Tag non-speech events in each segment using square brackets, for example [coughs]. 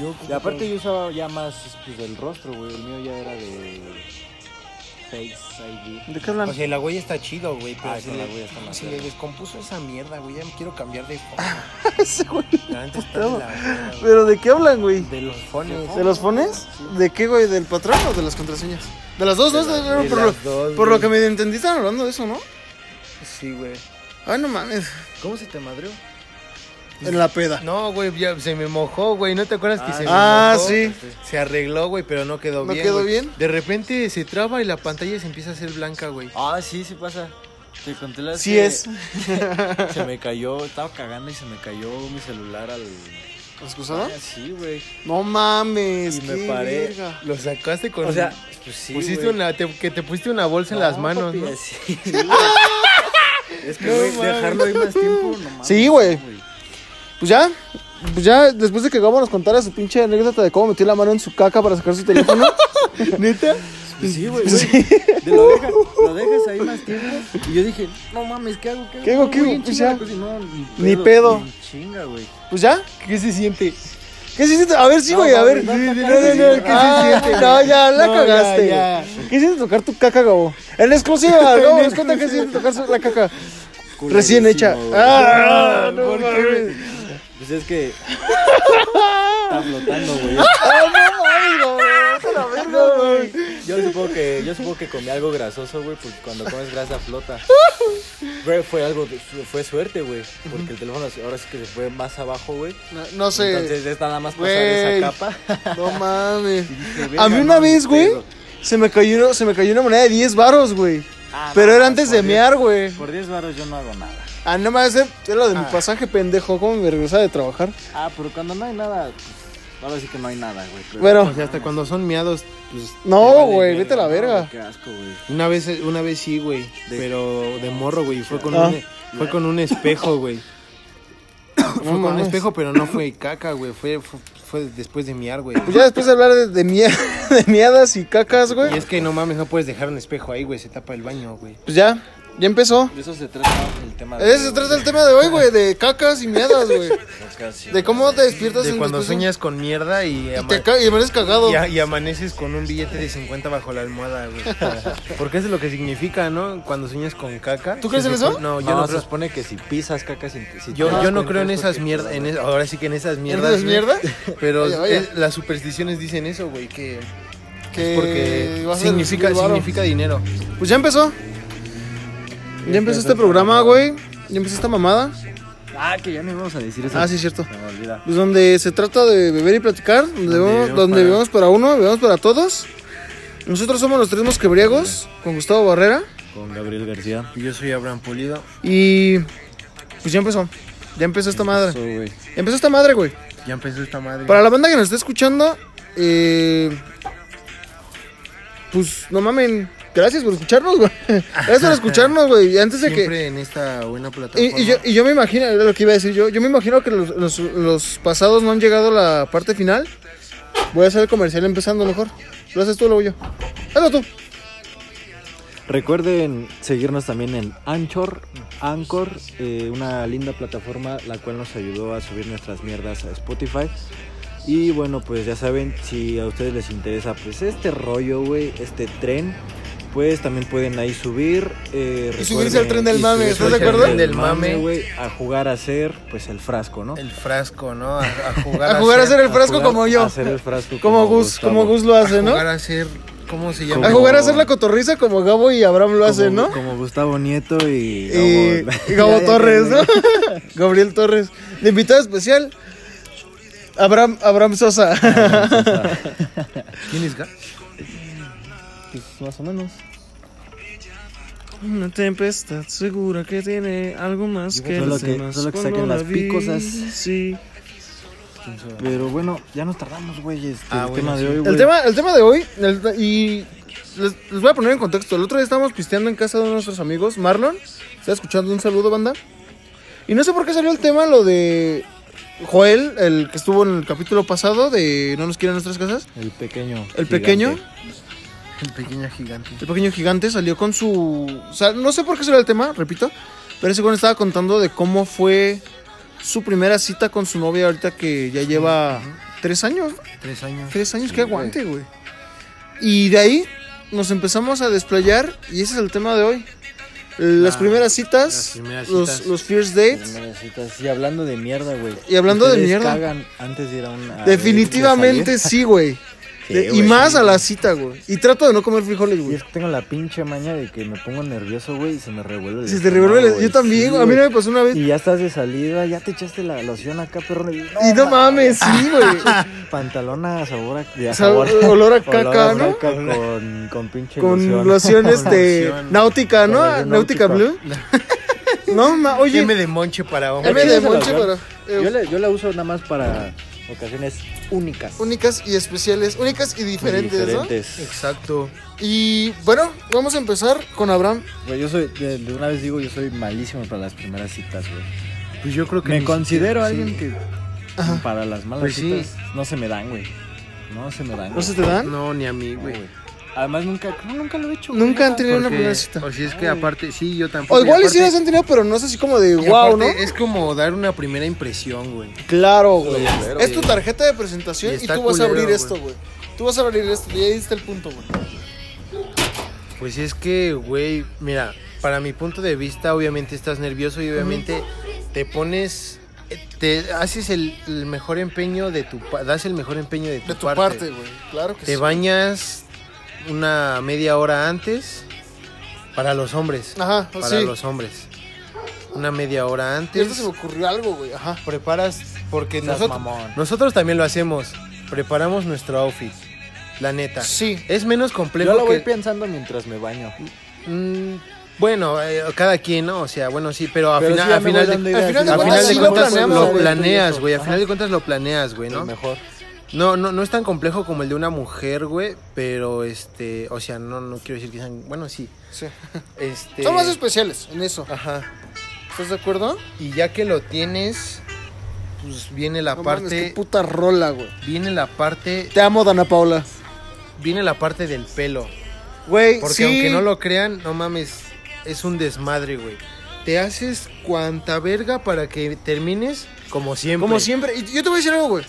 Yo Y aparte yo usaba ya más pues, del rostro, güey. El mío ya era de Face ID. ¿De qué hablan? O sea, la huella está chido, güey, pero Ah, si, con la le- huella está más si le verga. descompuso esa mierda, güey, ya me quiero cambiar [laughs] de fono. [laughs] Ese güey. La neta está de Pero, la verga, güey. ¿Pero de qué hablan, güey? De los fones. ¿De los fones? ¿De qué, güey? ¿Del patrón o de las contraseñas? De las dos, De dos, las- Era de por, las lo, dos, por lo güey. que me entendí, estaban hablando de eso, ¿no? Sí, güey. Ay, no mames. ¿Cómo se te madrió? En la peda. No, güey, ya se me mojó, güey. ¿No te acuerdas que Ah, se me ah, mojó? sí. Se arregló, güey, pero no quedó ¿No bien. quedó güey. bien? De repente se traba y la pantalla se empieza a hacer blanca, güey. Ah, sí, sí pasa. Te conté la vez Sí que es. Se me cayó, estaba cagando y se me cayó mi celular al... ¿Excusado? Ah, Sí, güey. No mames. Y me qué paré. verga. Lo sacaste con. O sea, pues sí, pusiste güey. una, te- que te pusiste una bolsa en las No, manos, papi, ¿no? así, [laughs] güey. es que, güey, mames. dejarlo ahí más tiempo, no mames. Sí, güey. Pues ya, pues ya, después de que Gabo nos contara su pinche anécdota de cómo metió la mano en su caca para sacar su [laughs] teléfono. ¿Neta? Pues sí, güey. güey. De Lo, deja- lo dejas ahí más tiempo. Y yo dije, no mames, ¿qué hago? ¿Qué hago? No, ¿Qué güey, hago? en Pues chinga, ya. pues, no, ni Ni pedo, pedo. ni en chinga, güey. Pues ya. ¿Qué se siente? ¿Qué se siente? A ver, sí, No, güey, a mames, ver. no, Sí, no, sí, no, no, sí, no, sí, ¿Qué ah, se siente? No, ya, la no, ya, cagaste. ya. güey. ¿Qué siente tocar tu caca, Gabo? En exclusiva, Gabo, nos cuenta qué siente tocar su- la caca. Recién Culerísimo, hecha. güey. Ah, no ¿por qué, mames. [laughs] Pues es [laughs] que. Está flotando, güey. Ah, no mames, Gabo, vete a la verga, güey. Yo supongo que, yo supongo que comí algo grasoso, güey, porque cuando comes grasa flota. Güey, fue algo, de- fue suerte, güey, porque el teléfono ahora sí que se fue más abajo, güey. No- No sé. Entonces es nada más pasar Güey. esa capa. No mames. dije, A "Verga, mí no, una ni vez, güey, pedo". se me cayó, se me cayó una moneda de 10 varos, güey. Ah, Pero no, era antes por de diez- mear, güey. Por 10 baros yo no hago nada. Ah, no mames, eh, era lo de mi pasaje pendejo, cómo me regresaba de trabajar. Ah, pero cuando no hay nada, pues, ahora sí que no hay nada, güey. pero- Bueno, O sea, hasta cuando son miados, pues. te no, vale güey, verga. vete a la verga. Qué asco, güey. Una vez, una vez sí, güey. De- Pero de morro, güey. Fue con Ah. un fue con un [coughs] espejo, güey. Fue con un mames. espejo, pero no fue caca, güey. Fue, fue, fue después de miar, güey. Pues ya después de hablar de, de, mie- [laughs] de miadas y cacas, Y güey. es que no mames, no puedes dejar un espejo ahí, güey. Se tapa el baño, güey. Pues ya, ya empezó. De eso se trata el tema De eso se trata el tema de hoy, güey, de cacas y miadas, güey. De cómo te despiertas De en cuando después de- sueñas con mierda y, y ama- te ca- y me eres cagado. y a- y amaneces con un billete de 50 bajo la almohada, [laughs] güey. Porque eso es lo que significa, ¿no? Cuando sueñas con caca. ¿Tú crees en Significa- eso? No, yo No, no, se creo. supone que si pisas caca sin si te Yo, das yo no cuenta creo en es esas porque- mierdas, en es- ahora sí que en esas mierdas. esas güey. mierdas? [laughs] Pero Vaya, vaya. es- las supersticiones dicen eso, güey, que que porque vas a significa, recibir varo. significa dinero. Pues ya empezó. Ya empezó este programa, güey. Ya empezó esta mamada. Ah, que ya no íbamos a decir eso. Ah, sí, es cierto. Se me olvida. Pues donde se trata de beber y platicar, donde, bebemos, bebemos donde para- bebemos para uno, bebemos para todos. Nosotros somos los tres mosquebriegos, con Gustavo Barrera. Con Gabriel García. Yo soy Abraham Pulido. Y pues ya empezó. Ya empezó esta madre. Soy, güey. Ya empezó esta madre, güey. Ya empezó esta madre. Para la banda que nos está escuchando, eh, pues no mamen. Gracias por escucharnos, güey. Gracias por escucharnos, güey. Y Antes de que. Siempre en esta buena plataforma. Y, y yo, y yo me imagino, era lo que iba a decir yo, yo me imagino que los, los- los pasados no han llegado a la parte final. Voy a hacer el comercial empezando mejor. Lo haces tú, lo voy yo. Hazlo tú. Recuerden seguirnos también en Anchor, Anchor, eh, una linda plataforma la cual nos ayudó a subir nuestras mierdas a Spotify. Y bueno, pues ya saben, si a ustedes les interesa pues este rollo, güey, este tren, pues también pueden ahí subir. eh, Y recuerden- subirse al tren y del mame, subirse ¿estás de al tren acuerdo? Del mame, Mame. güey, a jugar a ser pues el frasco, ¿no? El frasco, ¿no? [laughs] A, a jugar A jugar a ser el frasco. frasco Jugar como yo. A ser el frasco Como Gus, Gustavo. como Gus lo hace, A ¿no? jugar a ser ¿cómo se llama? A jugar a hacer la cotorriza como Gabo y Abraham lo hacen, Como- ¿no? Como Gustavo Nieto y... [laughs] Y, y Ya, Eh, Gabo ya Torres, terminé. ¿no? [laughs] Gabriel Torres. De invitado especial, Abraham, Abraham Sosa. [laughs] ¿Quién es Ga? Pues, más o menos. Una tempestad segura que tiene algo más que Solo los que- demás. solo que saquen Cuando las la vi, picosas. Sí. Pero bueno, ya nos tardamos, güey. Este, Ah, el bueno, tema sí. de hoy, güey. El tema, el tema de hoy, el- y les, les voy a poner en contexto. El otro día estábamos pisteando en casa de uno de nuestros amigos, Marlon. Está escuchando un saludo, banda. Y no sé por qué salió el tema lo de Joel, el que estuvo en el capítulo pasado de No nos quieren nuestras casas. El pequeño. El pequeño. El pequeño gigante. El pequeño gigante salió con su. o sea, no sé por qué será el tema, repito. Pero ese güey estaba contando de cómo fue su primera cita con su novia ahorita que ya lleva tres años. Tres años. Tres años, que aguante, güey. Y de ahí nos empezamos a desplayar y ese es el tema de hoy. Las Ah, primeras citas, las primeras los, citas. los first Ah, dates. Y hablando de mierda, güey. Y hablando de ¿Ustedes mierda. cagan antes de ir a una- Definitivamente a sí, [laughs] güey. Sí, De- y güey, más sí. a la cita, güey. Y trato de no comer frijoles, salir? Y güey. es que tengo la pinche maña de que me pongo nervioso, güey, y se me revuelve el Si te revuelve, estómago, yo güey. también, Sí, güey. a mí no güey. me pasó una vez. Y ya estás de salida, ya te echaste la loción acá, perro. Y Y no mames, sí, [laughs] güey. Pantalona a sabor a, de a sabor- Sab- olor a olor caca, ¿no? caca Con, con pinche Con loción. loción este loción. náutica, ¿no? Con la de Náutica náutica. Blue. [laughs] No, ma, oye, M de Monche para Es M hombres. que de yo se la Monche veo. para eh, Yo, la, yo la uso nada más para ocasiones únicas. únicas y especiales, únicas y diferentes, ¿no? Diferentes. Exacto. Y bueno, vamos a empezar con Abraham. Güey, yo soy, de, de una vez digo, yo soy malísimo para las primeras citas, güey. Pues yo creo que. Me ni considero siquiera- alguien sí. que para las malas Pues sí. citas no se me dan, güey. No se me dan. ¿No güey. se te dan? No, ni a mí, No, güey. güey. Además nunca, no, nunca lo he hecho. güey. Nunca han tenido una Porque- primera cita. O si es que aparte, sí, yo tampoco. O igual y y sí las aparte- han tenido, pero no es así como de y wow, ¿no? aparte Es como dar una primera impresión, güey. Claro, güey. Es tu güey. tarjeta de presentación Y y, está tú vas a culero, abrir güey. esto, güey. Tú vas a abrir esto, ya diste el punto, güey. Pues es que, güey, mira, para mi punto de vista, obviamente estás nervioso y obviamente te pones, eh, te haces el, el mejor empeño de tu, pa- das el mejor empeño de tu, De tu parte. parte, güey. Claro que te sí. bañas una media hora antes para los hombres, Ajá, para sí. los hombres, una media hora Y ahorita antes. se me ocurrió algo, güey. Ajá. Preparas, porque Seas nosotros, mamón. nosotros también lo hacemos. Preparamos nuestro outfit, la neta. Sí. Es menos Yo complejo lo voy que- pensando mientras me baño. Mm, bueno, eh, cada quien, ¿no? O sea, bueno, sí, pero a Pero final, sí ya a me final voy dando de, ideas. al final de a cuentas final de sí lo cuentas planeamos, lo güey, planeas, güey. A Ajá. final de cuentas lo planeas, güey, ¿no? El mejor. No, no, no es tan complejo como el de una mujer, güey, pero este, o sea, no, no quiero decir que sean, bueno, sí. sí. Este, Son más especiales en eso. Ajá. ¿Estás de acuerdo? Y ya que lo tienes, pues viene la No mames, parte, qué puta rola, güey. viene la parte, Te amo, Dana Paula. viene la parte del pelo. Güey, Porque sí. aunque no lo crean, no mames, es un desmadre, güey. Te haces cuanta verga para que termines como siempre. Como siempre. Y yo te voy a decir algo, güey.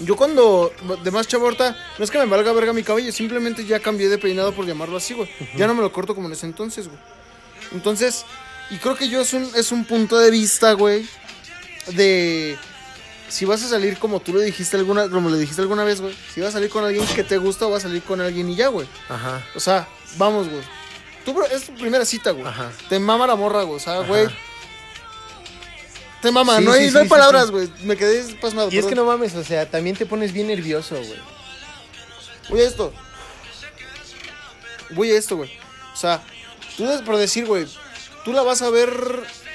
Yo cuando, de más chaborta, no es que me valga verga mi cabello, simplemente ya cambié de peinado por llamarlo así, güey. Ya no me lo corto como en ese entonces, güey. Entonces, y creo que yo es un, es un punto de vista, güey, de si vas a salir como tú lo dijiste alguna, como le dijiste alguna vez, güey. Si vas a salir con alguien que te gusta o vas a salir con alguien y ya, güey. Ajá. O sea, vamos, güey. Tú, bro, es tu primera cita, güey. Ajá. Te mama la morra, güey. O sea, Ajá. güey. Te mama, Sí, no, hay, sí, no hay sí, palabras, sí. güey. Me quedé pasmado. Y es que perdón. no mames, o sea, también te pones bien nervioso, güey. Voy a esto. Voy a esto, güey. O sea, tú des- por decir, güey, tú la vas a ver.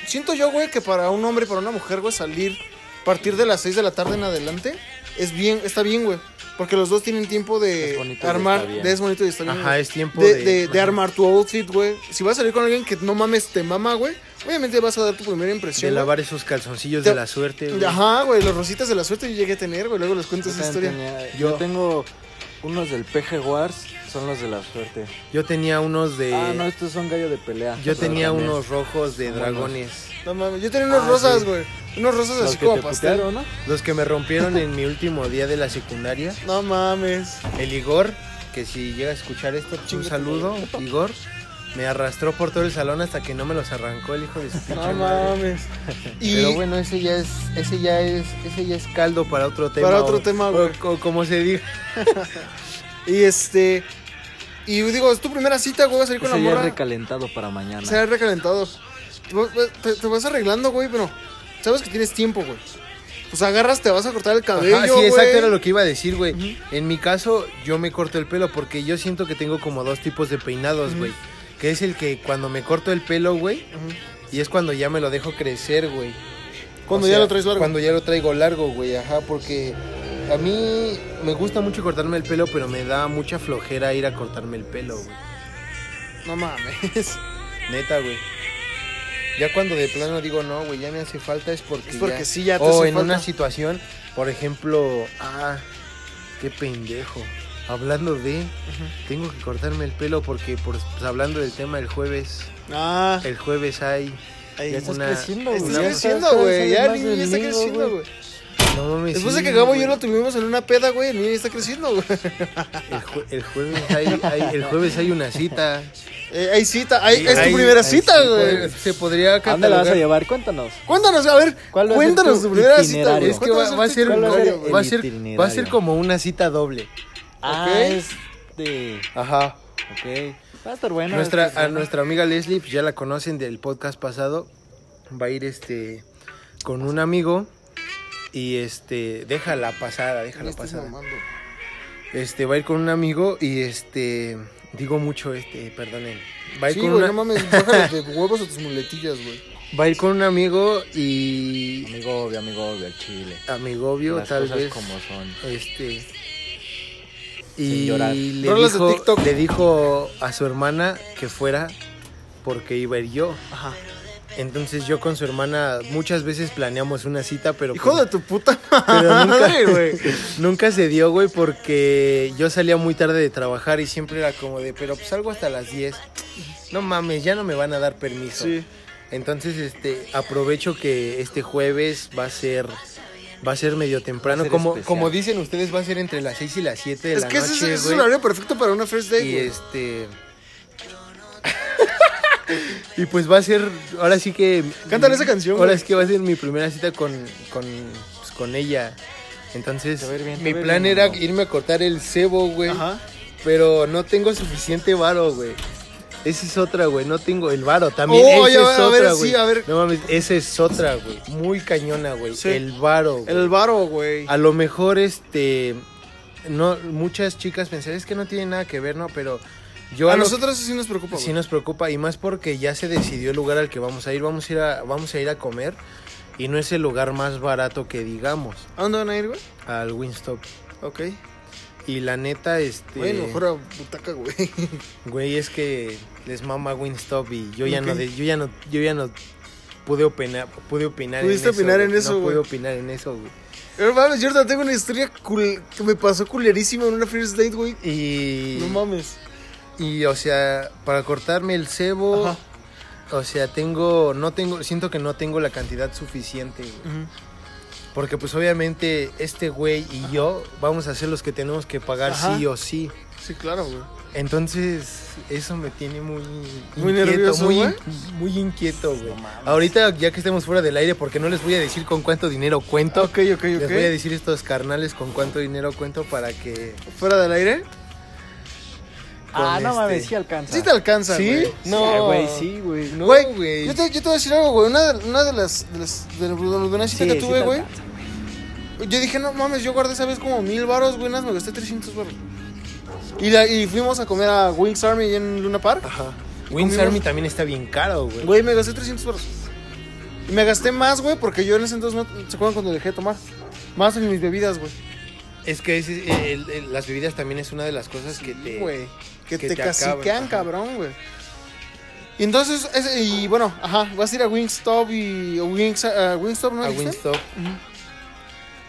Siento yo, güey, que para un hombre y para una mujer, güey, salir a partir de las 6 de la tarde en adelante es bien, está bien, güey. Porque los dos tienen tiempo Es de bonito y armar. está bien. de- Es bonito y está bien. Ajá, güey. es tiempo de, de- de- de ajá. armar tu outfit, güey. Si vas a salir con alguien que no mames te mama, güey, obviamente vas a dar tu primera De impresión. güey. lavar esos calzoncillos Te- de la suerte, güey. Ajá, güey, los rositas de la suerte yo llegué a tener, güey. Luego les cuento esa historia. Yo, tengo unos del PG Wars, son los de la suerte. Yo tenía unos de. Ah, no, estos son gallo de pelea. yo tenía También. unos rojos de Son dragones. No mames, yo tenía unos Ah, rosas, sí. güey. Unos rosas Los así que como te pastel. putearon, ¿no? Los que me rompieron en mi último día de la secundaria. No mames. El Igor, que si llega a escuchar esto, pues, un Chinga tu saludo, [laughs] Igor. Me arrastró por todo el salón hasta que no me los arrancó el hijo de su pinche No madre. [laughs] mames. Y Pero bueno, ese ya es, ese ya es, ese ya es caldo para otro tema. Para otro o- tema, o- güey. o como se diga. y este y digo, es tu primera cita, güey, vas a salir con Pues Ese ya la es morra. recalentado para mañana. Será recalentado. Te va- Te, te vas arreglando, güey, pero sabes que tienes tiempo, güey. Pues agarras, te vas a cortar el cabello, Ajá, sí, güey. exacto, era lo que iba a decir, güey. Ujú. En mi caso, yo me corto el pelo porque yo siento que tengo como dos tipos de peinados, güey. Que es el que cuando me corto el pelo, güey, Ujú. y es cuando ya me lo dejo crecer, güey. Cuando O ya sea, lo traes largo. Cuando ya lo traigo largo, güey, ajá, porque a mí me gusta mucho cortarme el pelo, pero me da mucha flojera ir a cortarme el pelo, güey. No mames. Neta, güey. Ya cuando de plano digo, no, güey, ya me hace falta es porque. Es porque sí, ya te O hace en falta. una situación, por ejemplo, ah, qué pendejo. Hablando de, tengo que cortarme el pelo porque, por, pues, hablando del tema del jueves, Ah, el jueves hay. ahí ya estás una- creciendo, una- Está güey. creciendo, güey. Ya Cada el vez niño sabes está más del creciendo, niño, güey. No mames. Después de sí, que Gabo y yo güey. lo tuvimos en una peda, güey, el niño ya está creciendo, güey. El, jue- el jueves hay, hay- el jueves hay una cita. Eh, hay cita, hay- es hay- tu primera hay cita, cita, güey. Se podría ¿A dónde la vas a catalogar. llevar? Cuéntanos. Cuéntanos, a ver, ¿Cuál va a ser cuéntanos tu tu primera cita, itinerario? güey. Es que va, va a ser, ¿Cuál va a ser va a ser- el itinerario? va a ser como una cita doble. Ah, es de... Ajá. Ok. Va a estar bueno. Nuestra, este, a nuestra amiga Leslie, pues ya la conocen del podcast pasado, va a ir este con un amigo y este deja la pasada, deja la pasada. Este va a ir con un amigo y este digo mucho este, perdonen. Va a ir Sí, con güey, una- no mames, bájale de huevos a tus muletillas, güey. va a ir con un amigo y Amigo obvio, amigo obvio, al chile. amigo obvio, Las tal cosas vez como son. este Sin y llorar. le Rolas de dijo, TikTok. le dijo a su hermana que fuera porque iba a ir yo. Ajá. Entonces yo con su hermana muchas veces planeamos una cita, pero, Hijo de tu puta pero nunca, [laughs] madre, güey. nunca se dio, güey, porque yo salía muy tarde de trabajar y siempre era como de, pero pues salgo hasta las 10. No mames, ya no me van a dar permiso. Sí. Entonces, este, aprovecho que este jueves va a ser va a ser medio temprano, ser como especial. como dicen ustedes va a ser entre las 6 y las 7 de Es la que ese es- noche, ese es, güey. el horario perfecto para una first date, Y güey. este. [laughs] y pues va a ser. Ahora sí que. Cántale esa canción, Ahora güey. es que va a ser mi primera cita con, con, pues, con ella. Entonces, Te va a ir bien, te mi va a ir plan bien, era ¿no? irme a cortar el cebo, güey. Ajá. Pero no tengo suficiente varo, güey. Esa es otra, güey. No tengo el varo también. Oh, esa ya, es a ver, otra, sí, güey. a ver. No mames, esa es otra, güey. Muy cañona, güey. Sí. El varo. güey. El varo, güey. A lo mejor, este, no, muchas chicas pensarían, es que no tiene nada que ver, ¿no? Pero yo A lo- nosotros eso sí nos preocupa, sí güey. nos preocupa y más porque ya se decidió el lugar al que vamos a ir, vamos a ir a, vamos a ir a comer y no es el lugar más barato que digamos, ¿A dónde van a ir, güey? al Winstop. Ok. Y la neta, este, Bueno, mejor a butaca, güey. [laughs] güey, es que les mama Winstop y yo ya no, Ok. de- yo ya no, yo ya no pude opinar, pude opinar Pudiste en eso. opinar en güey. eso, no güey. pude opinar en eso, güey. Pero mames, yo ahorita tengo una historia cul- que me pasó culerísima en una first date, güey. Y No mames. Y o sea, para cortarme el cebo, Ajá. o sea, tengo, no tengo, siento que no tengo la cantidad suficiente, güey. Porque pues obviamente este güey y yo vamos a ser los que tenemos que pagar Ajá. sí o sí. Sí, claro, güey. Entonces, eso me tiene muy Muy nervioso, muy, güey. muy inquieto, güey. Ahorita ya que estemos fuera del aire, porque no les voy a decir con cuánto dinero cuento. Ok, ok, Les voy a ok. decir a estos carnales con cuánto dinero cuento para que ¿Fuera del aire? Ah, con no este- mames, sí alcanza. Sí te alcanza, ¿Sí? güey. Ah, No. güey, sí, güey. No, Güey, güey. yo te, yo te voy a decir algo, güey. Una, de- una de las. De, las, de, la- de una cita Sí, que sí tuve, te güey. alcanza. Yo dije, no mames, yo guardé esa vez como mil varos, güey, nada más me gasté 300 varos. Y, la- y fuimos a comer a Wings Army allá en Luna Park. Ajá. Comimos- Wings Army también está bien caro, güey. Güey, me gasté 300 varos. Y me gasté más, güey, porque yo en ese entonces no. ¿Se acuerdan cuando dejé de tomar? Más en mis bebidas, güey. Es que ese- eh, el- el- las bebidas también es una de las cosas que te... güey. Que, que te, te acaban, caciquean, ajá. cabrón, güey. Y entonces, ese- y bueno, ajá, vas a ir a Wingstop y. o Wings, a Wingstop, ¿no? a dijiste? Wingstop.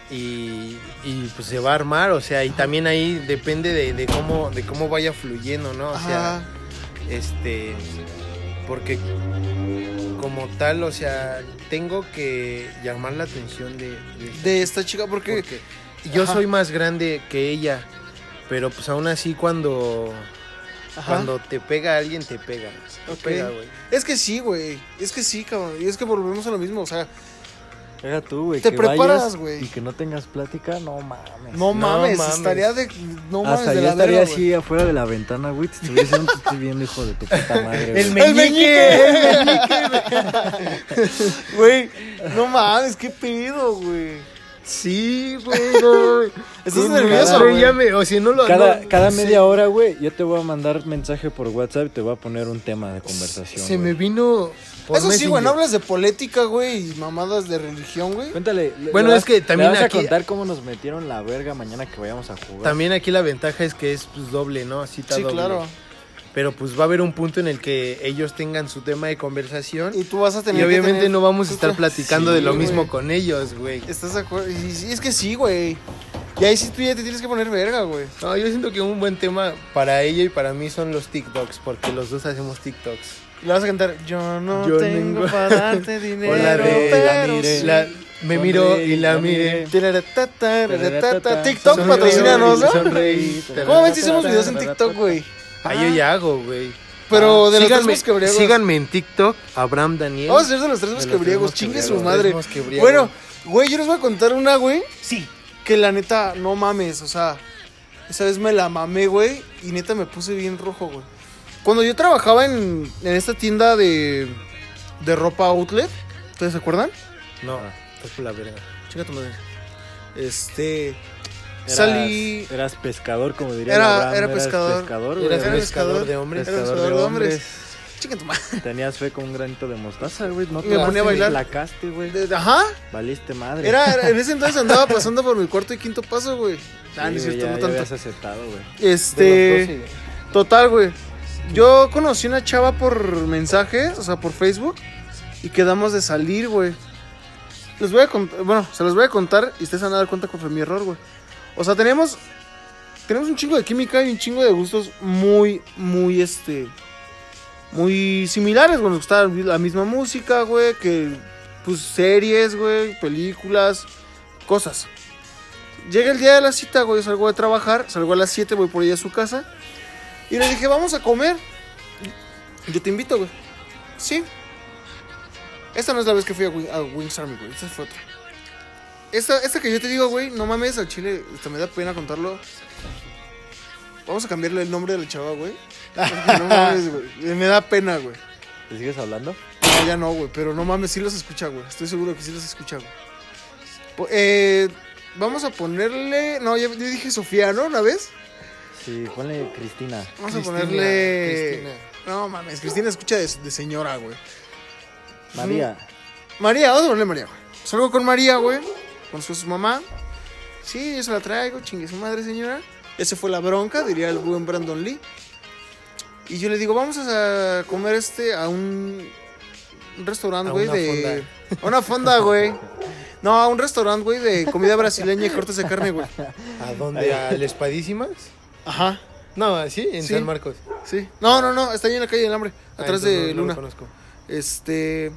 Y, y, pues se va a armar, o sea, y también ahí depende de, de cómo de cómo vaya fluyendo, ¿no? O sea, Ajá. este porque como tal, o sea, tengo que llamar la atención de, de- de esta chica, porque. porque yo Ajá. soy más grande que ella, pero pues aún así cuando Ajá. cuando te pega alguien te pega, te Ok. pega, güey. Es que sí, güey. Es que sí, cabrón. Y es que volvemos a lo mismo. O sea, Era tú, güey. Te que preparas, vayas güey. Y que no tengas plática, no mames. no, No mames, mames. Estaría de. No mames, Hasta de yo la estaría verga, así afuera de la ventana, güey. Te estuviese te estoy viendo, hijo de tu puta madre. güey. meñique, [laughs] el güey. [laughs] Güey, no mames, qué pedo, güey. Sí, [laughs] güey, no, güey. Estás Sí, nervioso, cada- güey. ya me- o si no lo Cada, no- cada se- media hora, güey, yo te voy a mandar mensaje por WhatsApp y te voy a poner un tema de conversación. Se me güey. vino por Eso sí, güey, no Messenger. hablas de política, güey, y mamadas de religión, güey. Cuéntale. le- Bueno, le es vas- que le también vas aquí- a contar cómo nos metieron la verga mañana que vayamos a jugar. También aquí la ventaja es que es pues, doble, ¿no? Cita Sí, doble. claro. Pero pues va a haber un punto en el que ellos tengan su tema de conversación Y y, tú vas a tener. que obviamente tener- no vamos a estar Puta, platicando de sí, lo güey. mismo con ellos, güey. ¿Estás de acuerdo? Y sí, es que sí, güey. Y ahí sí tú ya te tienes que poner verga, güey. No, yo siento que un buen tema para ella y para mí son los TikToks, porque los dos hacemos TikToks. Y le vas a cantar, yo no Yo tengo tengo- [laughs] para darte dinero, O la de- pero la miré. sí". La, Me miró y la miré. Tiraratata, raratata, TikTok patrocínanos, ¿no? Sonreí. ¿Cómo ves si hacemos videos en TikTok, güey? Ahí Ah, yo ya hago, güey. Pero de los Oh, tres síganme, mosquebriegos. síganme en TikTok, Abraham Daniel. Vamos a hacer de los tres mosquebriegos, mosquebriegos, chingue de su los tres madre. mosquebriegos. Bueno, güey, yo les voy a contar una, güey, sí. que la neta, no mames, o sea, esa vez me la mamé, güey, y neta me puse bien rojo, güey. Cuando yo trabajaba en, en esta tienda de, de ropa outlet, ¿ustedes se acuerdan? No, estás por la verga. Chinga tu madre. Este, salí... Eras pescador, como diría Era- Abraham, era eras pescador. pescador, güey. Eras era pescador, pescador, de hombres. era pescador pescador de de hombres. Chinga tu madre. Tenías fe con un granito de mostaza, güey. No te Me ponía a bajaste ni bailar. Placaste, güey. De- de- Ajá. Valiste madre. Era, era- en ese entonces andaba pasando por mi cuarto y quinto paso, güey. Sí, Ah, no güey, es cierto, ya, no ya tanto. habías aceptado, güey. Este. Total, güey. Yo conocí una chava por mensajes, o sea, por Facebook. Y quedamos de salir, güey. Les voy a contar. Bueno, se los voy a contar y ustedes se van a dar cuenta cuál fue mi error, güey. O sea, tenemos. Tenemos un chingo de química y un chingo de gustos muy, muy, este. Muy similares, güey. Nos gustaba la misma música, güey. Que. Pues series, güey. Películas. Cosas. Llega el día de la cita, güey, salgo de trabajar, salgo a las 7, voy por ella a su casa. Y le dije, vamos a comer. Yo te invito, güey. Sí. Esta no es la vez que fui a, Wi- a Wings Army, güey. Esta fue otra. Esta, esta que yo te digo, güey, no mames, al chile, hasta me da pena contarlo. Vamos a cambiarle el nombre de la chava, güey. Porque No mames, [laughs] güey. Me da pena, güey. ¿Te sigues hablando? No, ya no, güey. Pero no mames, sí los escucha, güey. Estoy seguro que sí los escucha, güey. Po- eh, vamos a ponerle. No, ya, yo dije Sofía, ¿no? ¿Una vez? Sí, ponle Cristina. Vamos Cristina, a ponerle. Cristina. No mames, Cristina escucha de, de señora, güey. María. María, vamos a ponerle María, güey. Salgo con María, güey. Conozco a su mamá. Sí, yo se la traigo, chingue su madre, señora. Esa fue la bronca, diría el buen Brandon Lee. Y yo le digo, vamos a comer este a un, un restaurante, A güey, una de. A una fonda, [laughs] güey. No, a un restaurante, güey, de comida brasileña y cortes de carne, güey. ¿A dónde? ¿Al Espadísimas? Ajá, No, sí, en Sí. San Marcos. sí. No, no, no, está ahí en la calle del hambre, Ah, atrás de entonces no- no lo Luna. conozco. Este.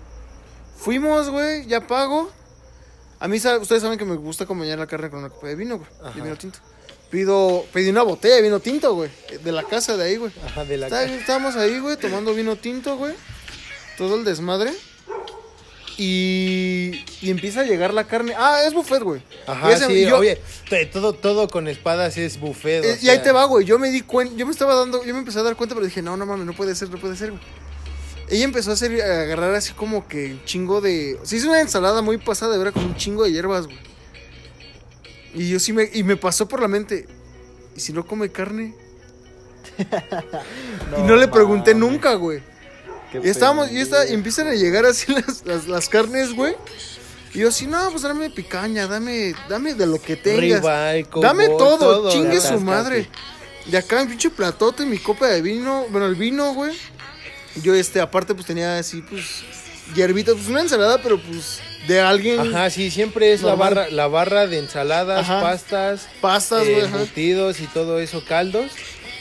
Fuimos, güey, ya pago. A mí, sa- ustedes saben que me gusta acompañar la carne con una copa de vino, güey. Ajá. De vino tinto. Pido, pedí una botella de vino tinto, güey. De la casa de ahí, güey. Ajá, de la Está- Estábamos ahí, güey, tomando vino tinto, güey. Todo el desmadre. Y, y empieza a llegar la carne. Ah, es buffet, güey. Ajá, Y ese- sí, y yo- oye, te- todo, todo con espadas es buffet. o Eh, y sea, ahí te va, güey. Yo me di cuenta, yo me estaba dando, yo me empecé a dar cuenta, pero dije, no, no mames, no puede ser, no puede ser, güey. Ella empezó a, hacer, a agarrar así como que un chingo de. Se hizo una ensalada muy pasada de verdad con un chingo de hierbas, güey. Y yo sí me. Y me pasó por la mente. ¿Y si no come carne? y no le pregunté mames, nunca, güey. qué Y estábamos, y pendejo. está, y empiezan a llegar así [laughs] las, las, las carnes, güey. Y yo así, no, pues dame picaña, dame, dame de lo que tengas. ribeye, cowboy, Dame todo, te chingue su atascaste. madre. De acá, un pinche platote, mi copa de vino, bueno, el vino, güey. Yo, este, aparte, pues tenía así, pues, hierbita, pues una ensalada, pero pues de alguien, Ajá, sí, siempre es la Normal. barra, la barra de ensaladas, Ajá. pastas, pastas, eh, güey. ajá. embutidos y todo eso, caldos.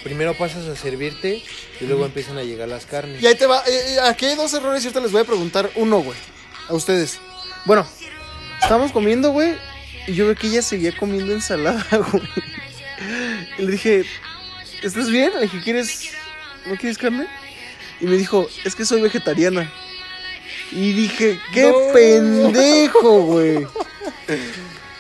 Primero pasas a servirte y luego empiezan a llegar las carnes. Y ahí te va, eh, eh, aquí hay dos errores, ¿cierto? Les voy a preguntar uno, güey, a ustedes. Bueno, estábamos comiendo, güey, y yo veo que ella seguía comiendo ensalada, [laughs] güey. Y le dije, ¿estás bien? Le dije, ¿quieres, no quieres carne? Y me dijo, es que soy vegetariana. Y dije, ¡qué No. pendejo, güey!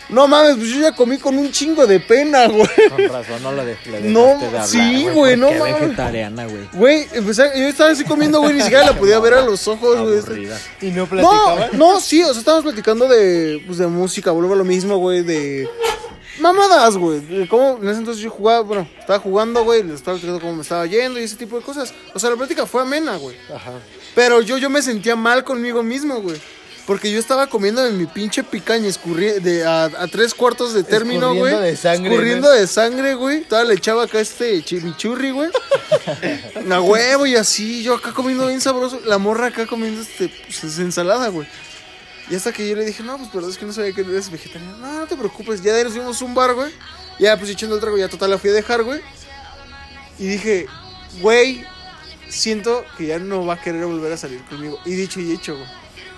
No mames, pues yo ya comí con un chingo de pena, güey. Con razón, no la de, le dejaste [laughs] No, de hablar, sí, güey, no porque mames. vegetariana, [laughs] güey. Güey, empecé, yo estaba así comiendo, güey, ni siquiera la podía ver a los ojos, güey. Aburrida. Y no No, platicaban. no, sí, o sea, estábamos platicando de, pues, de música, vuelvo a lo mismo, güey, de mamadas, güey. de Cómo en ese entonces yo jugaba, bueno, estaba jugando, güey, le estaba platicando cómo me estaba yendo y ese tipo de cosas. O sea, la plática fue amena, güey. Ajá. Pero yo, yo me sentía mal conmigo mismo, güey. Porque yo estaba comiendo en mi pinche picaña escurri- de, a, a tres cuartos de término, güey. Escurriendo de sangre, Escurriendo ¿no? de sangre, güey. Todavía le echaba acá este chimichurri, [laughs] güey. Una huevo y así. Yo acá comiendo bien sabroso. La morra acá comiendo este, pues, es ensalada, güey. Y hasta que yo le dije, no, pues perdón, es que no sabía que eres vegetariano. No, no te preocupes. Ya de ahí nos fuimos a un bar, güey. Ya, pues echando el trago, ya total la fui a dejar, güey. Y dije, güey, siento que ya no va a querer volver a salir conmigo. Y dicho y hecho, güey.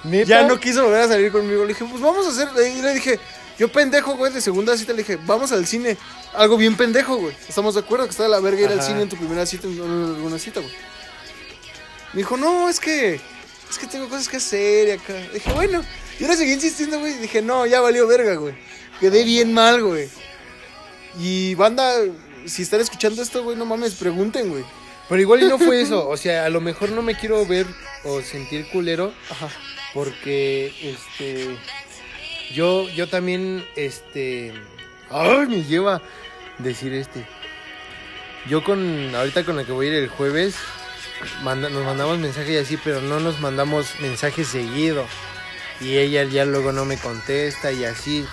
¿Neta? Ya no quiso volver a salir conmigo. Le dije, pues vamos a hacer. Y le dije, yo pendejo, güey, de segunda cita. Le dije, vamos al cine. Algo bien pendejo, güey. Estamos de acuerdo que está de la verga ir al Ajá. cine en tu primera cita, en alguna cita, güey. Me dijo, no, es que. Es que tengo cosas que hacer y acá. Dije, bueno. Yo le seguí insistiendo, güey. y Dije, no, ya valió verga, güey. Quedé bien mal, güey. Y banda, si están escuchando esto, güey, no mames, pregunten, güey. Pero igual y no fue eso. O sea, a lo mejor no me quiero ver o sentir culero Ajá. porque, este, yo, yo también, este, ay, me lleva decir este. Yo con, ahorita con la que voy a ir el jueves, manda- nos mandamos mensajes y así, pero no nos mandamos mensajes seguido. Y ella ya luego no me contesta y así.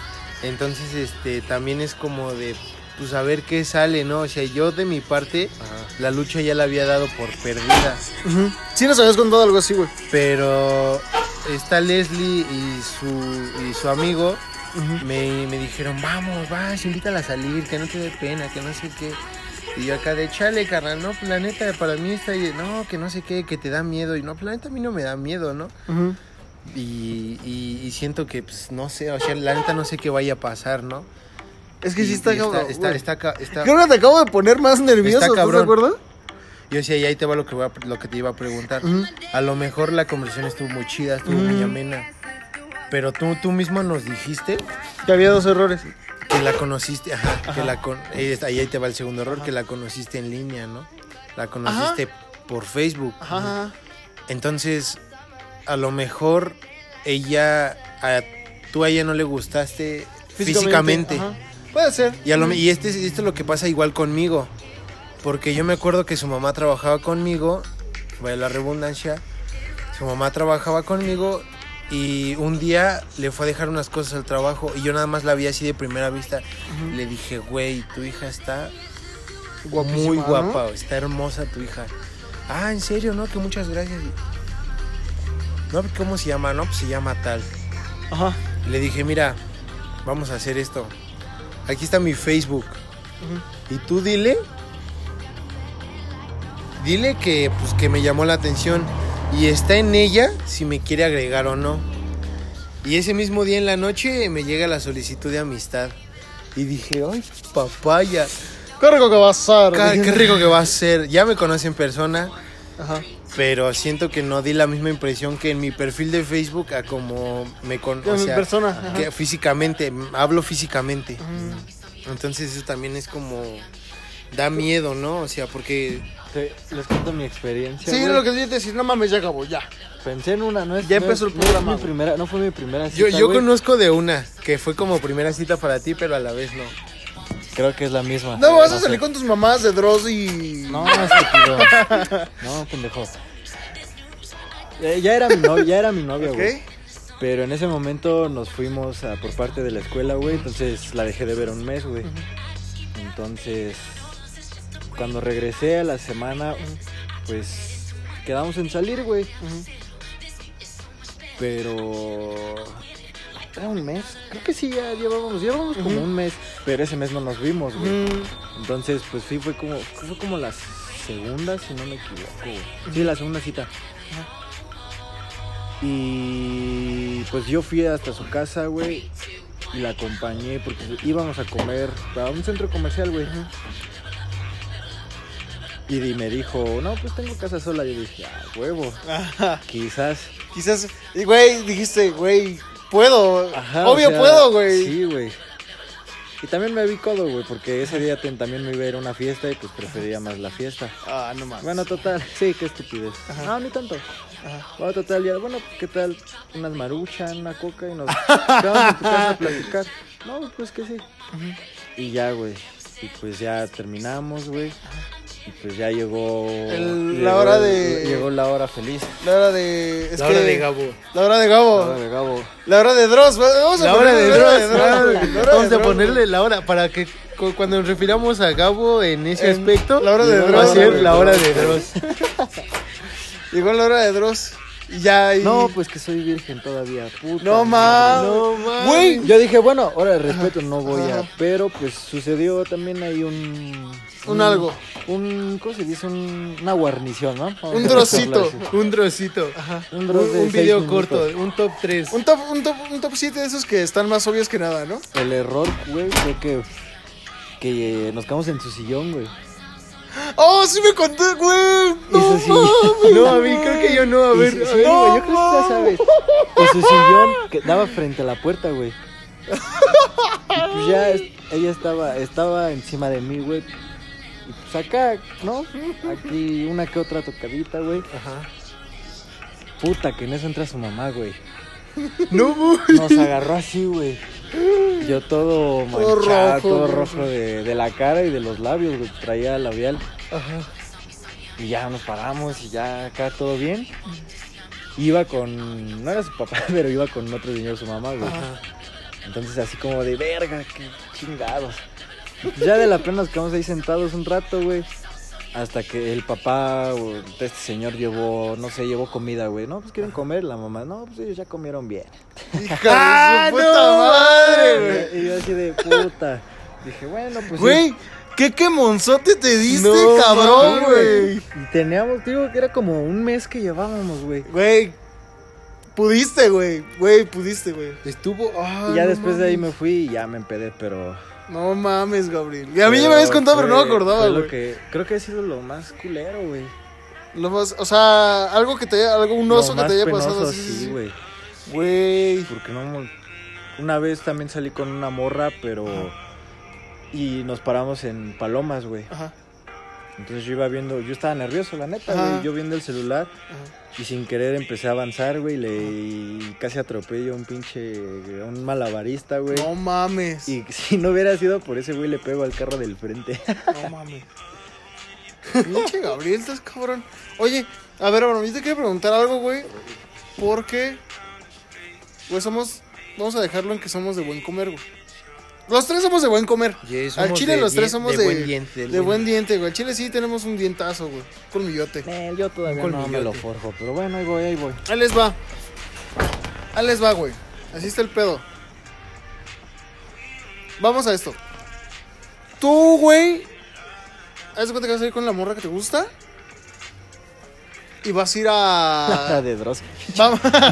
Entonces, este, también es como de, pues a ver qué sale, ¿no? O sea, yo de mi parte, la lucha ya la había dado por perdida. Ujú. Sí nos habías contado algo así, güey. Pero está Leslie y su, y su amigo me, me dijeron, vamos, vas, invítala a salir, que no te dé pena, que no sé qué. Y yo acá de chale, carnal, no, pues, la neta, para mí está, y- no, que no sé qué, que te da miedo. Y no, pues, la neta a mí no me da miedo, ¿no? Ujú. Y, y- y siento que, pues, no sé, o sea, la neta no sé qué vaya a pasar, ¿no? Es que Y- sí está y cabrón. Está, está, güey. está ca- está- Creo que te acabo de poner más nervioso, Está ¿estás de cabrón. acuerdo? Yo decía, y ahí te va lo que, voy a- lo que te iba a preguntar. Ujú. A lo mejor la conversación estuvo muy chida, estuvo muy amena. Pero tú, tú mismo nos dijiste Que había dos errores. que la conociste, ajá, que la con, ahí, está- ahí te va el segundo error, que la conociste en línea, ¿no? La conociste por Facebook. Ajá. Entonces, a lo mejor ella, a- tú a ella no le gustaste físicamente. ajá. Puede ser. Y, a lo me- y este, esto es lo que pasa igual conmigo. Porque yo me acuerdo que su mamá trabajaba conmigo, vaya la redundancia, su mamá trabajaba conmigo y un día le fue a dejar unas cosas al trabajo y yo nada más la vi así de primera vista. Le dije, güey, tu hija está Guapísima, muy ¿no? guapa, está hermosa tu hija. Ah, en serio, ¿no? Que muchas gracias. No, ¿cómo se llama? No, pues se llama tal. Ajá. Le dije, mira, vamos a hacer esto. Aquí está mi Facebook. Y tú dile. Dile que, pues, que me llamó la atención. Y está en ella si me quiere agregar o no. Y ese mismo día en la noche me llega la solicitud de amistad. Y dije, ay, papaya. Qué rico que va a ser. ca- Qué dije. rico que va a ser. Ya me conoce en persona, Ajá. pero siento que no di la misma impresión que en mi perfil de Facebook a como me Que mi conoce persona. ajá. que físicamente, m- hablo físicamente. Entonces eso también es como da miedo, ¿no? O sea, porque Te- les cuento mi experiencia. Sí, güey. lo que te decir, no mames, ya acabó, ya. Pensé en una, no es. Ya no empezó es- el No, programa, es mi güey. primera, no fue mi primera yo, cita. yo güey. conozco de una que fue como primera cita para ti, pero a la vez no. Creo que es la misma. No, vas a sé. salir con tus mamás de Dross y. No, estúpido. No, pendejo. Eh, ya era mi novia, ya era mi novia, güey. ¿Qué? Pero en ese momento nos fuimos a- por parte de la escuela, güey. Entonces la dejé de ver un mes, güey. Entonces, cuando regresé a la semana, pues quedamos en salir, güey. Pero... ¿Era un mes? Creo que sí, ya llevábamos, llevábamos como Ujú. un mes. Pero ese mes no nos vimos, güey. Mm, Entonces, pues sí, fue como, fue como la segunda, si no me equivoco. güey. Sí, la segunda cita. Y pues yo fui hasta su casa, güey, y la acompañé porque íbamos a comer a un centro comercial, güey. Y di- me dijo, no, pues tengo casa sola. Yo dije, ah, huevo, Ajá. quizás. Quizás, y, güey, dijiste, güey, puedo. Ajá, o Obvio sea, puedo, güey. Sí, güey. Y también me vi codo, güey, porque ese día ten- también me iba a ir a una fiesta y pues prefería más la fiesta. Ah, no mames. Bueno, total, sí, qué estupidez. No, ni tanto. Ajá. Bueno, total, ya, bueno, ¿qué tal? Unas maruchan, una coca y [laughs] nos quedamos en tu casa a platicar. No, pues que sí. Y ya, güey. Y pues ya terminamos, güey. Y pues ya llegó. El- la llegó hora el- de- Llegó la hora feliz. La hora de. es la hora que- de Gabo. La hora de La Gabo. hora de Gabo. La hora de Dross. Vamos a La hora ponerle de Dross. la hora de- la hora de Vamos a Dross, ponerle la hora para que cu- cuando nos refiramos a Gabo en ese En aspecto, la hora de va a Dross, ser güey. la hora de Dross. Llegó la hora de Dross. Y ya ahí. No, pues que soy virgen todavía, puta. No madre. mames. No mames. Güey. Yo dije, bueno, ahora respeto, no voy a. Ajá. Pero pues sucedió también ahí un. Un algo. Un. ¿Cómo se dice? Un- una guarnición, ¿no? Vamos Un a trocito. decirlo así. Un trocito. Un Un, dros de un seis video minutos. corto, un top 3. Un top, un top, un top 7 de esos que están más obvios que nada, ¿no? [laughs] El error, güey, fue que. Que eh, nos quedamos en su sillón, güey. ¡Oh, sí me conté, güey! ¡No Eso sí. mames! No, a mí creo que yo no, a Y ver. su- a sí, güey, ver. no, yo creo que ya sabes. Y su sillón que daba frente a la puerta, güey. Y pues ya es- ella estaba, estaba encima de mí, güey. Y pues acá, ¿no? Aquí una que otra tocadita, güey. Ajá. Puta, que en eso entra su mamá, güey. No, güey. [laughs] Nos agarró así, güey. Yo todo manchado, Todo todo rojo, rojo, güey. de, de la cara y de los labios, güey. Traía labial. Ajá. Y ya nos paramos y ya acá todo bien. Iba con. No era su papá, [laughs] pero iba con otro señor, su mamá, güey. Entonces, así como de verga, qué chingados. Y pues ya de la plena nos quedamos ahí sentados un rato, güey. Hasta que el papá o de este señor llevó, no sé, llevó comida, güey. No, pues quieren comer, la mamá. No, pues ellos ya comieron bien. ¡Hija de su ¡Ah, puta no madre, mames! güey! Y yo así de puta. Dije, bueno, pues. Güey, qué quemonzote te diste, No, cabrón, mames, güey. Y teníamos, digo, que era como un mes que llevábamos, güey. Güey, pudiste, güey. Güey, pudiste, güey. Estuvo. ah, Y ya no después de ahí mames. me fui y ya me empedé, pero. No mames, Gabriel. Y a mí ya me habías contado, pero no me fue- acordaba, fue lo güey. que- creo que ha sido lo más culero, güey. Lo más, o sea, algo que te haya, algo, un oso Lo que más te haya penoso, pasado así. Sí, sí, güey. sí. Güey. Porque no. mo- Una vez también salí con una morra, pero. Y nos paramos en Palomas, güey. Ajá. Entonces yo iba viendo. Yo estaba nervioso, la neta, Ajá. güey. Yo viendo el celular. Ajá. Y sin querer empecé a avanzar, güey. Le y casi atropello a un pinche. a un malabarista, güey. No mames. Y si no hubiera sido por ese güey, le pego al carro del frente. No mames. Pinche Gabriel, estás cabrón. Oye, a ver, Abraham, yo te quiero preguntar algo, güey. Porque, güey, somos. Vamos a dejarlo en que somos de buen comer, güey. Los tres somos de buen comer. Ye, Al somos Ah, chile, de los tres dien- somos de. de buen diente, del de buen buen diente, güey. Al chile sí tenemos un dientazo, güey. Colmillote. [laughs] Eh, yo todavía Un no me colmillote. lo forjo, pero bueno, ahí voy, ahí voy. Ahí les va. Ahí les va, güey. Así está el pedo. Vamos a esto. Tú, güey. Haz de cuenta que vas a ir con la morra que te gusta. Y vas a ir La a. de Dross. Vamos. no, no,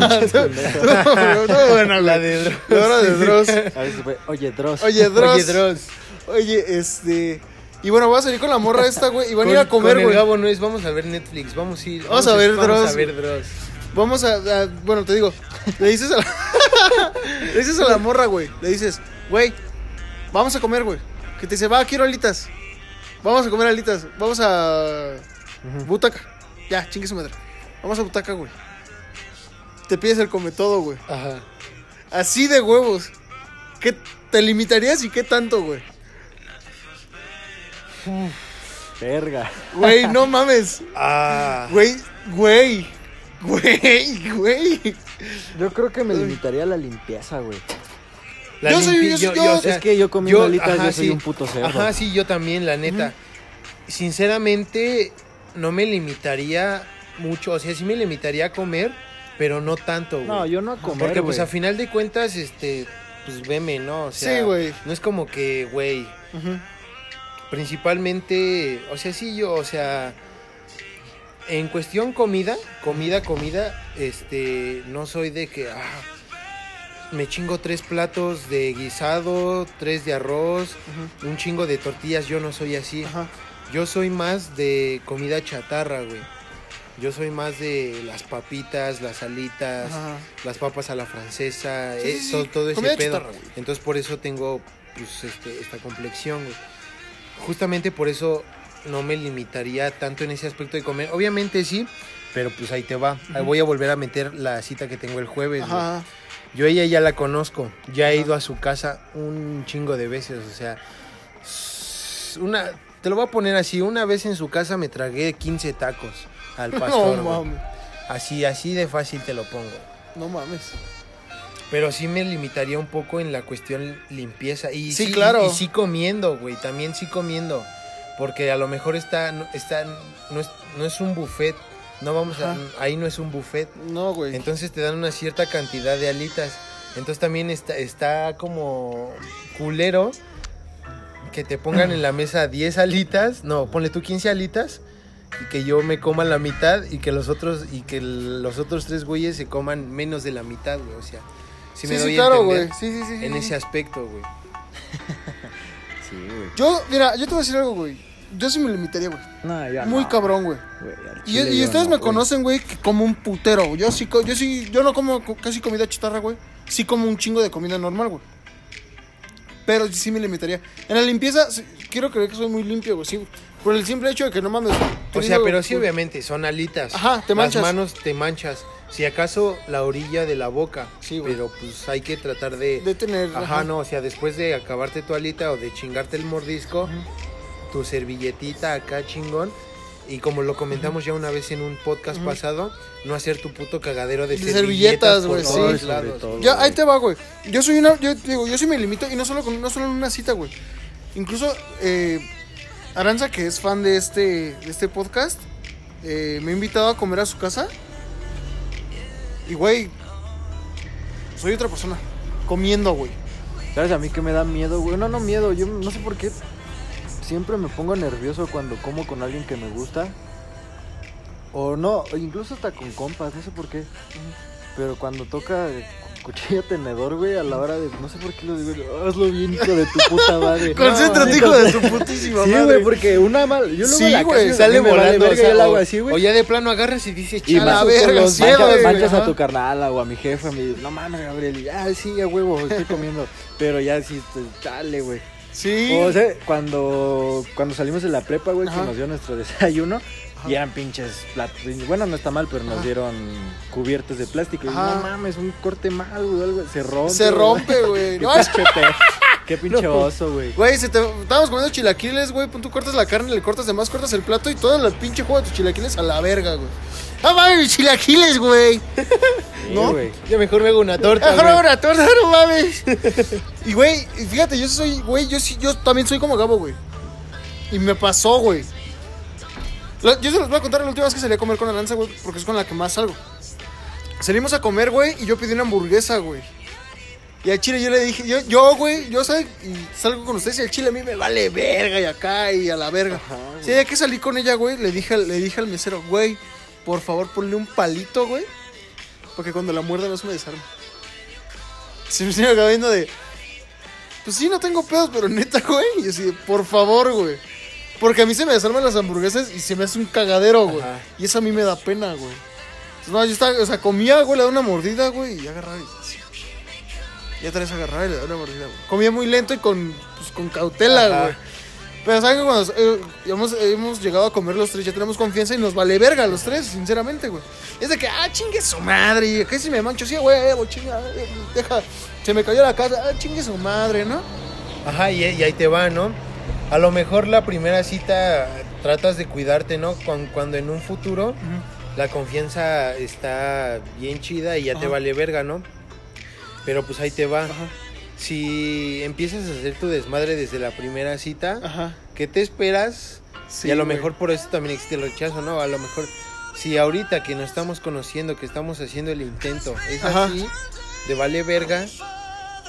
no, bueno, La güey. de Dross. La hora de Dross. A veces fue, oye, Dross. Oye, Dross. Oye, Dross. Oye, este. Y bueno, voy a salir con la morra esta, güey. Y van a ir a comer, con güey. el Gabo Nuez, vamos a ver Netflix, vamos a ir. Vamos a ver Vamos Dross. a ver Dross. Vamos a, a- bueno, te digo, le dices a la, [laughs] le dices a la morra, güey, le dices, güey, vamos a comer, güey. Que te dice, va, quiero alitas. Vamos a comer alitas. Vamos a butaca. Ya, chingue su madre. Vamos a butaca, güey. Te pides el come todo, güey. Ajá. Así de huevos. ¿Qué te limitarías y qué tanto, güey? Verga. Güey, no mames. Ah. Güey, güey. Güey, güey. Yo creo que me limitaría a la limpieza, güey. Yo soy- limpi- yo- yo- o sea, es que yo comí alitas, yo soy un puto cerdo. Ajá, sí, yo también, la neta. Sinceramente, no me limitaría mucho. O sea, sí me limitaría a comer, pero no tanto, güey. No, yo no a comer, Porque, pues, güey. a final de cuentas, este, pues, veme, ¿no? O sea, Sí, güey. No es como que, güey, principalmente, o sea, sí, yo, o sea, en cuestión comida, comida, comida, este, no soy de que, ah, me chingo tres platos de guisado, tres de arroz, un chingo de tortillas, yo no soy así. Ajá. Yo soy más de comida chatarra, güey. Yo soy más de las papitas, las alitas, Ajá. las papas a la francesa, Sí, sí, eso, sí. todo ese Comida pedo. chatarra, güey. Entonces por eso tengo pues, este, esta complexión, güey. Justamente por eso no me limitaría tanto en ese aspecto de comer. Obviamente sí, pero pues ahí te va. Ahí voy a volver a meter la cita que tengo el jueves. güey. Ajá. Yo a ella ya la conozco, ya he ido a su casa un chingo de veces, o sea, s- una, te lo voy a poner así, una vez en su casa me tragué 15 tacos al [laughs] pastor, no güey. mames. así, así de fácil te lo pongo. No mames. Pero sí me limitaría un poco en la cuestión limpieza. Y Sí, claro. Y, sí comiendo, güey. También sí comiendo. Porque a lo mejor está, no- está, no, es, no es un buffet No vamos a, Ajá. ahí no es un buffet. No, güey. Entonces te dan una cierta cantidad de alitas. Entonces también está, está como culero que te pongan en la mesa 10 alitas, no, ponle tú 15 alitas y que yo me coma la mitad y que los otros y que los otros tres güeyes se coman menos de la mitad, güey, o sea, si me sí, doy sí, a claro, entender güey. Sí, sí, sí. sí, en sí. ese aspecto, güey. Sí, güey. Yo, mira, yo te voy a decir algo, güey. Yo sí me limitaría, güey. No, ya Muy no, cabrón, güey. güey, al Y, chile y yo ustedes no, me güey. conocen, güey, que como un putero. Yo sí, co- yo sí, yo no como co- casi comida chatarra, güey. Sí como un chingo de comida normal, güey. Pero sí me limitaría. En la limpieza, sí, quiero creer que soy muy limpio, güey. Sí, güey. por el simple hecho de que no mames. O te sea, digo, pero sí güey, obviamente son alitas. Ajá, te manchas. Las manos te manchas. Si acaso la orilla de la boca. Sí, güey. pero pues hay que tratar de De tener. Ajá, no, o sea, después de acabarte tu alita o de chingarte el mordisco, tu servilletita acá chingón. Y como lo comentamos ya una vez en un podcast pasado, no hacer tu puto cagadero de, De servilletas, por güey, sí. todos Sobre lados. todo, Ya, güey. ahí te va, güey. Yo soy una, yo te digo, yo sí me limito y no solo con, no solo en una cita, güey. Incluso eh, Aranza, que es fan de este, de este podcast, eh, me ha invitado a comer a su casa. Y güey, soy otra persona comiendo, güey. ¿Sabes a mí que me da miedo, güey? No, no miedo, yo no sé por qué siempre me pongo nervioso cuando como con alguien que me gusta. O no, o incluso hasta con compas, no sé por qué. Pero cuando toca eh, cu- cuchillo tenedor, güey, a la hora de... No sé por qué lo digo, yo, hazlo bien, hijo de tu puta madre. [laughs] Concéntrate, No, hijo de tu putísima Sí, madre. güey, porque una mal... Yo luego Sí, en la güey, casa, Sale a mí me vale volando, verga, o sea, yo la hago o- así, güey. o ya de plano agarras y dices, Y chala, la manchas, güey". verga, los, sí, güey, manchas, manchas ajá. a tu carnal o a mi jefe, me dice, no mames, Gabriel, y, ah, sí, a huevo, estoy [laughs] comiendo. Pero ya sí, te- chale, güey. Sí. O sea, cuando, cuando salimos de la prepa, güey, que Ajá. nos dio nuestro desayuno, y eran pinches platos. Bueno, no está mal, pero nos Ajá. dieron cubiertos de plástico. Y Ajá. no mames, un corte mal, güey, algo. Se rompe. se güey. rompe, [laughs] Qué güey. No, pinche, pe- qué pinche oso, güey. Güey, se te... estábamos comiendo chilaquiles, güey. Tú cortas la carne, le cortas de más, cortas el plato y todo el pinche juego de tus chilaquiles a la verga, güey. ¡Ah, mames, mis chilaquiles, güey! Sí, ¿No? güey. Yo mejor me hago una torta. ¡Ahora güey. una torta, no mames! y, güey, y fíjate, yo soy, güey, yo, sí- yo también soy como Gabo, güey. Y me pasó, güey. La- Yo se los voy a contar la última vez que salí a comer con Aranza, güey, porque es con la que más salgo. Salimos a comer, güey, y yo pedí una hamburguesa, güey. Y al chile yo le dije, yo, yo, güey, yo sal- y salgo con ustedes y al chile a mí me vale verga y acá y a la verga. sí, ya que salí con ella, güey, le dije, al- le dije al mesero, güey, por favor ponle un palito, güey, porque cuando la muerda no se me desarme. Se me sigue acabando de, pues sí, no tengo pedos, pero neta, güey. Y yo así, de, por favor, güey. Porque a mí se me desarman las hamburguesas y se me hace un cagadero, güey. Ajá. Y eso a mí me da pena, güey. Entonces, no, yo estaba, o sea, comía, güey, le daba una mordida, güey, y agarraba y... Ya traes agarraba y le daba una mordida, güey. Comía muy lento y con, pues, con Ajá. cautela, güey. Pero saben que cuando eh, hemos, hemos llegado a comer los tres, ya tenemos confianza y nos vale verga los tres, sinceramente, güey. Es de que, ah, chingue su madre, y que si me mancho, sí, güey, güey, chinga, eh, deja, se me cayó la casa, ah, chingue su madre, ¿no? Ajá, y, y ahí te va, ¿no? A lo mejor la primera cita tratas de cuidarte, ¿no? Cuan- cuando en un futuro la confianza está bien chida y ya te Ajá. vale verga, ¿no? Pero pues ahí te va. Ajá. Si empiezas a hacer tu desmadre desde la primera cita, Ajá. ¿qué te esperas? Ah. Sí, y a lo güey. mejor por eso también existe el rechazo, ¿no? A lo mejor si ahorita que nos estamos conociendo, que estamos haciendo el intento, es Ajá. así, de vale verga,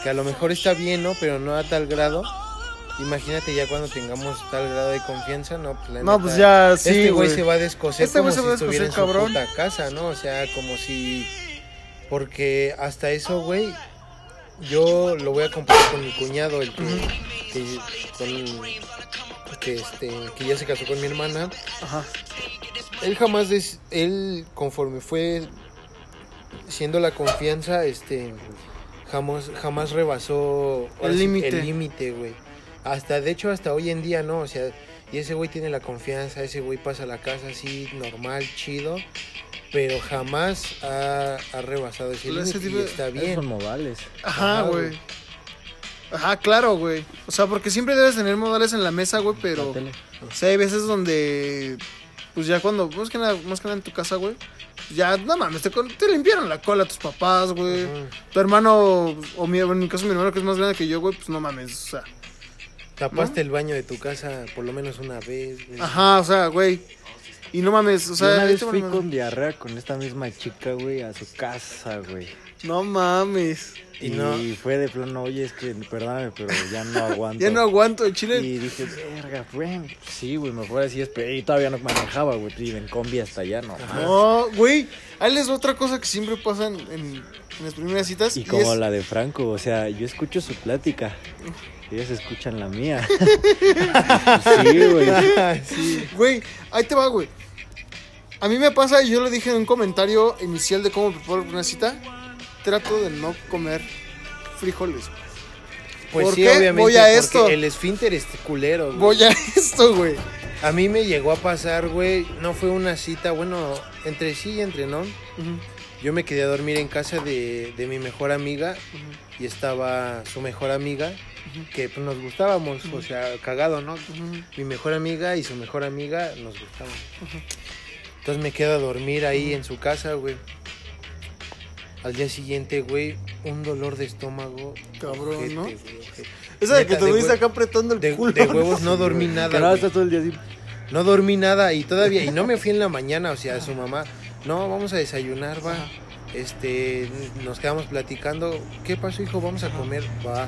que a lo mejor está bien, ¿no? Pero no a tal grado. Imagínate ya cuando tengamos tal grado de confianza, ¿no? Pues la No, neta, pues ya, sí, este güey güey. se va a descoser Este como güey se si va a estuviera en su descoser, cabrón. puta casa, ¿no? O sea, como si... Porque hasta eso, güey, yo lo voy a comparar con mi cuñado, el que, que- con- que, este, que ya se casó con mi hermana. Ajá. Él jamás, des- él conforme fue siendo la confianza, este, jamás, jamás rebasó ahora sí, límite. El límite, güey. Hasta, de hecho, hasta hoy en día, ¿no? O sea, y ese güey tiene la confianza, ese güey pasa la casa así, normal, chido, pero jamás ha, ha rebasado ese Ese límite tipo y de- está Esos bien. son modales. Ajá, Ajá, güey. güey. Ajá, claro, güey. O sea, porque siempre debes tener modales en la mesa, güey, pero... La tele. O sea, hay veces donde... Pues ya cuando... Más que nada, más que nada en tu casa, güey. Ya, no mames, te, con- te limpiaron la cola tus papás, güey. Ujú. Tu hermano, o mi, en mi caso mi hermano que es más grande que yo, güey, pues no mames, o sea... Ah, Tapaste el baño de tu casa por lo menos una vez, güey. Ajá, o sea, güey. Y no mames, o Yo sea, una vez este, fui bueno, con diarrea con esta misma chica, güey, a su casa, güey. no mames. Y Y, no- fue de plano, oye, es que perdóname, pero ya [laughs] no aguanto. Ya no aguanto el chile. Y dije, verga, güey. Sí, güey, me fue así, espe- y todavía no manejaba, güey. Y en combi hasta allá, no. No, güey. Ahí les va otra cosa que siempre pasa en, en- en las primeras citas. Y como es- la de Franco, o sea, yo escucho su plática. Ellos escuchan la [laughs] mía. sí, güey. Güey, ahí te va, güey. A mí me pasa, y yo lo dije en un comentario inicial de cómo preparo una cita, trato de no comer frijoles. güey. Pues ¿Por sí, qué? obviamente. Voy a porque esto. El esfínter es culero, güey. Voy a [laughs] esto, güey. A mí me llegó a pasar, güey. No fue una cita, bueno, entre sí y entre no. Yo me quedé a dormir en casa de, de mi mejor amiga y estaba su mejor amiga, que pues, nos gustábamos, o sea, cagado, ¿no? Mi mejor amiga y su mejor amiga nos gustaban. Entonces me quedo a dormir ahí en su casa, güey. Al día siguiente, güey, un dolor de estómago. Cabrón, ¿no? güey, ojete. Esa de que Neta, te de viste hue- acá apretando el [laughs] De, culo. de huevos no dormí nada. Que no, güey. estás todo el día así. No dormí nada y todavía, y no me fui en la mañana, o sea, su mamá, no, vamos a desayunar, va, este, nos quedamos platicando, ¿qué pasó, hijo? Vamos a comer, va.